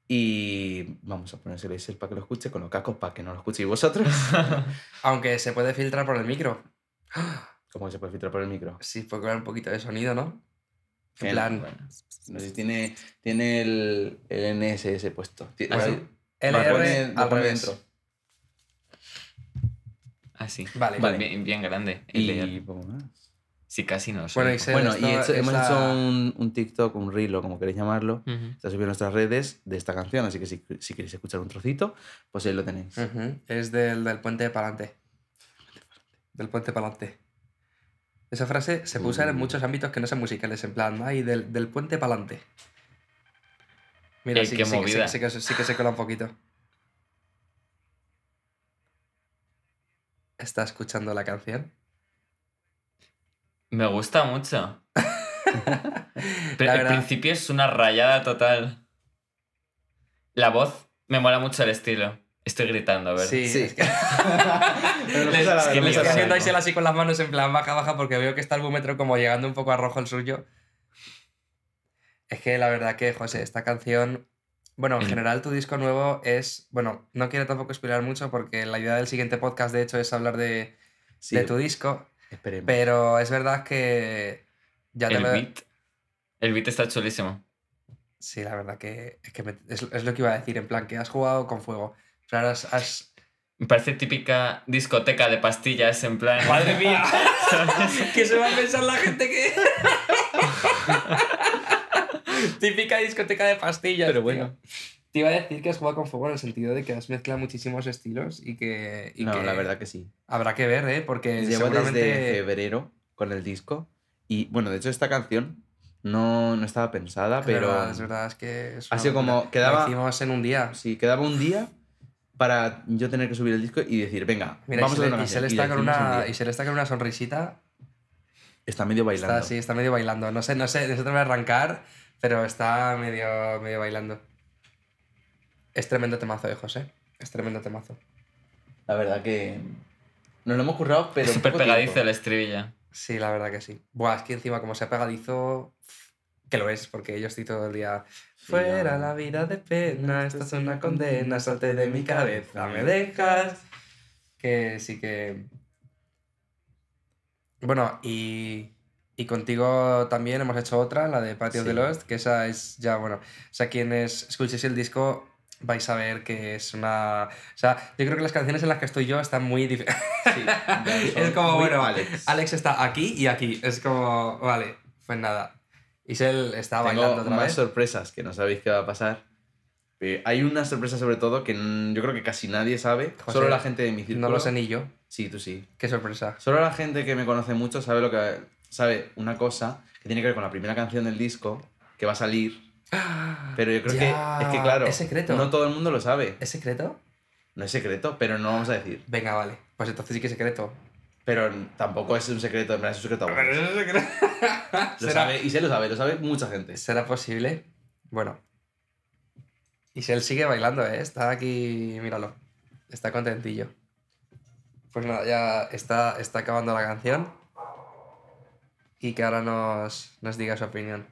S3: Y vamos a ponérselo a Isel para que lo escuche, con los cacos para que no lo escuchéis vosotros.
S1: Aunque se puede filtrar por el micro.
S3: Como que se puede filtrar por el micro.
S1: Sí, puede crear un poquito de sonido, ¿no? En
S3: Genial,
S1: plan.
S4: Bueno.
S3: No sé si tiene, tiene el, el NSS puesto. Ti-
S1: Ah,
S3: o sea,
S1: sí.
S3: lo
S1: LR
S3: pone- lo
S1: al
S3: pone
S1: revés.
S3: dentro.
S4: Así.
S1: Vale.
S3: Vale.
S4: Bien, bien grande.
S3: Y
S4: Y...
S3: poco más.
S4: Sí, casi no. lo
S1: Bueno,
S4: sé.
S1: y se-
S3: Bueno,
S1: esta-
S3: y hecho- hemos
S1: esta-
S3: hecho un, un TikTok, un reel o como queréis llamarlo.
S4: Ujú.
S3: Está subido en nuestras redes de esta canción, así que si, si queréis escuchar un trocito, pues ahí lo tenéis.
S1: Ujú, Es del, del puente de pa'lante. Del puente pa'lante. Esa frase se puede usar en
S3: Mm.
S1: muchos ámbitos que no sean musicales, en plan, ay, del, del puente pa'lante. Mira,
S4: Ey,
S1: sí,
S4: qué
S1: que- sí que- sí
S4: movida.
S1: que- sí que, sí que se cola un poquito. ¿Está escuchando la canción?
S4: Me gusta mucho. Pero
S1: La
S4: al
S1: verdad.
S4: principio es una rayada total. La voz me mola mucho el estilo. Estoy gritando, a ver.
S1: Sí,
S3: Sí.
S1: es que,
S3: Pero lo puse a la-
S4: Es que
S3: lo
S4: me
S3: puse a
S1: estoy
S3: la-
S1: haciendo
S4: algo.
S1: ahí sí, así con las manos en plan baja, baja, porque veo que está el búmetro como llegando un poco a rojo el suyo. Es que la verdad que, José, esta canción Bueno, en general tu disco nuevo es, bueno, no quiero tampoco esperar mucho porque la idea del siguiente podcast de hecho es hablar de,
S3: Sí,
S1: de tu disco,
S3: esperemos.
S1: pero es verdad que ya te
S4: El
S1: lo...
S4: beat. El beat está chulísimo.
S1: Sí, la verdad que, es, que me- es, es lo que iba a decir, en plan que has jugado con fuego. O sea, has- has-
S4: Me parece típica discoteca de pastillas en plan. ¡Madre mía!
S1: ¿Qué se va a pensar la gente que...? Típica discoteca de pastillas.
S3: Pero
S1: tío.
S3: bueno.
S1: Te iba a decir que has jugado con fuego en el sentido de que has mezclado muchísimos estilos y que... y
S3: no,
S1: que
S3: la verdad que sí.
S1: Habrá que ver, ¿eh? Porque
S3: Llevo
S1: seguramente...
S3: desde febrero con el disco. Y bueno, de hecho, esta canción no, no estaba pensada,
S1: Es
S3: pero.
S1: verdad, es verdad, es que... es
S3: ha
S1: una
S3: sido como-
S1: locura. Lo
S3: quedaba-
S1: hicimos en un día.
S3: Sí, quedaba un día para yo tener que subir el disco y decir, venga,
S1: Mira,
S3: vamos a
S1: Isel,
S3: hacer una
S1: Isel
S3: canción. Y
S1: está con
S3: decimos un
S1: una,
S3: día.
S1: Isel está con una sonrisita.
S3: Está medio bailando.
S1: Está, sí, está medio bailando. No sé, no sé, no se atreve a arrancar, pero está medio, medio bailando. Es tremendo temazo de José. Es tremendo temazo.
S3: La verdad que nos lo hemos currado, pero.
S4: Es súper
S3: poco
S4: pegadizo el
S3: tiempo.
S4: estribillo.
S1: Sí, la verdad que sí. Buah, es que encima como sea pegadizo, que lo es, porque yo estoy todo el día...
S3: Sí,
S1: Fuera
S3: ya.
S1: la vida de pena, esta es una condena, salte de mi cabeza, me dejas. Que sí que... Bueno, y, y contigo también hemos hecho otra, la de Patio de
S3: Sí.
S1: Lost, que esa es ya, bueno, o sea, quienes escuchéis el disco vais a ver que es una... O sea, yo creo que las canciones en las que estoy yo están muy dif-
S3: Sí, ya, son
S1: es como,
S3: muy
S1: bueno,
S3: Alex.
S1: Alex. está aquí y aquí. Es como, vale, pues nada. Isel está bailando
S3: Tengo
S1: otra
S3: más
S1: vez.
S3: sorpresas que no sabéis qué va a pasar. Eh, Hay una sorpresa sobre todo que mm, yo creo que casi nadie sabe.
S1: José,
S3: Solo la gente de mi
S1: No
S3: círculo.
S1: lo sé ni yo.
S3: Sí, tú sí.
S1: Qué sorpresa.
S3: Solo la gente que me conoce mucho sabe lo que sabe una cosa que tiene que ver con la primera canción del disco que va a salir. Pero yo creo
S1: Ya,
S3: que es que claro,
S1: es secreto.
S3: no todo el mundo lo sabe.
S1: ¿Es secreto?
S3: No es secreto, pero no lo vamos a decir.
S1: Venga, vale. Pues entonces sí que es secreto.
S3: Pero tampoco es un secreto, en verdad es un secreto. a voces. Lo
S1: ¿Será,
S3: sabe, y se lo sabe, lo sabe mucha gente.
S1: ¿Será posible? Bueno. Isel sigue bailando, ¿eh? Está aquí, míralo. Está contentillo. Pues nada, ya está, está acabando la canción. Y que ahora nos, nos diga su opinión.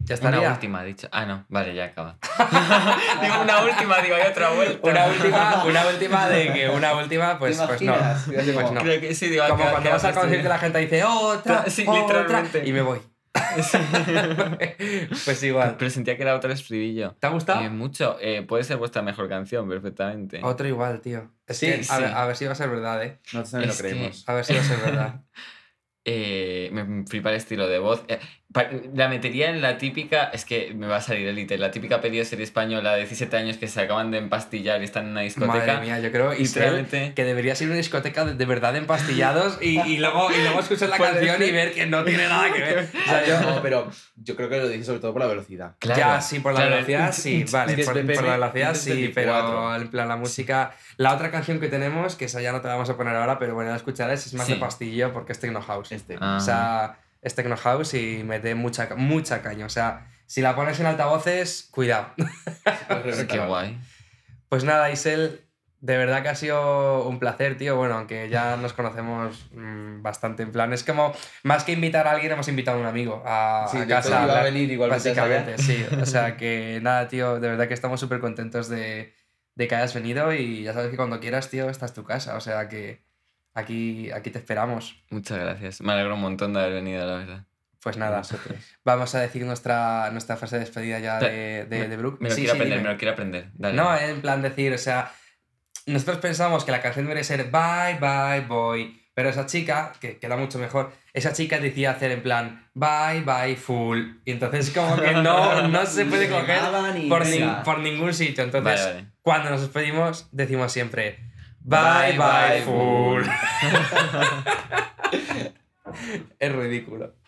S1: Ya estaría.
S4: Una última, ha dicho. Ah, no, vale, ya acaba. digo una última, digo, hay otra vuelta.
S1: Una última, una última de que una última, pues,
S3: ¿Te
S1: pues no.
S3: imaginas? Yo digo,
S1: Pues no.
S4: Creo que sí, digo,
S1: Como
S4: acaba-
S1: cuando vas al
S4: acaba
S1: concierto y la
S4: estribillo.
S1: gente dice otra,
S4: Sí,
S1: otra,
S4: literalmente.
S1: y me voy. pues igual. Em,
S4: Pero sentía que era otro estribillo.
S1: ¿Te ha gustado?
S4: Eh, mucho. Eh, puede ser vuestra mejor canción, perfectamente.
S1: Otro igual, tío. Es
S3: Sí,
S1: que, A,
S4: sí.
S1: ver, a ver si va a ser verdad, ¿eh?
S3: Nosotros también lo
S4: Es que-
S3: creemos.
S1: A ver si va a ser verdad.
S4: Eh, me flipa el estilo de voz. Eh, pa- la metería en la típica, es que me va a salir élite, la típica serie española de 17 años que se acaban de empastillar y están en una
S1: Madre
S4: discoteca.
S1: mía, yo creo Israel,
S4: literalmente.
S1: que debería ser una discoteca de, de verdad de empastillados y, y luego, y luego escuchar la
S4: Puede
S1: canción
S4: ser.
S1: y ver que no tiene nada que ver.
S3: O sea, yo- no, pero yo creo que lo dije sobre todo por la velocidad.
S4: Claro,
S1: ya, sí, por la
S4: claro.
S1: velocidad, sí, vale,
S3: Es que es
S1: por, por
S3: BPM
S1: la velocidad, sí, pero
S3: 124.
S1: en plan la música... La otra canción que tenemos, que esa ya no te la vamos a poner ahora, pero bueno, la escucharás, es más
S4: Sí.
S1: de pastillo porque es Techno House.
S3: Este.
S4: Ah.
S1: O sea, es Techno House y mete mucha, ca- mucha caña. O sea, si la pones en altavoces, cuidado.
S3: Pues
S4: Sí, qué guay.
S1: Pues nada, Isel, de verdad que ha sido un placer, tío. Bueno, aunque ya nos conocemos mm, bastante en plan. Es como, más que invitar a alguien, hemos invitado a un amigo a,
S3: Sí,
S1: a
S3: yo
S1: casa.
S3: creo que iba a
S1: hablar,
S3: venir igualmente a esa
S1: Básicamente, sí. O sea que nada, tío, de verdad que estamos súper contentos de, de que hayas venido y ya sabes que cuando quieras, tío, esta es tu casa. O sea que aquí, aquí te esperamos.
S4: Muchas gracias. Me alegro un montón de haber venido, la verdad.
S1: Pues nada,
S3: Nosotros.
S1: vamos a decir nuestra, nuestra frase de despedida ya
S4: Espera,
S1: de, de, de Brooke.
S4: Me lo
S1: Sí,
S4: quiero
S1: sí,
S4: aprender,
S1: dime.
S4: me lo quiero aprender. Dale.
S1: No, en plan decir, o sea, nosotros pensamos que la canción debería ser Bye, bye, boy. Pero esa chica, que queda mucho mejor, esa chica decía hacer en plan Bye, bye, full. Y entonces, como que no, no se puede
S3: Ni
S1: coger
S3: nada, ni
S1: por, ni-
S3: nada.
S1: por ningún sitio. Entonces,
S4: Vale, vale.
S1: cuando nos despedimos, decimos siempre Bye, bye,
S3: Bye, bye,
S1: full. es ridículo.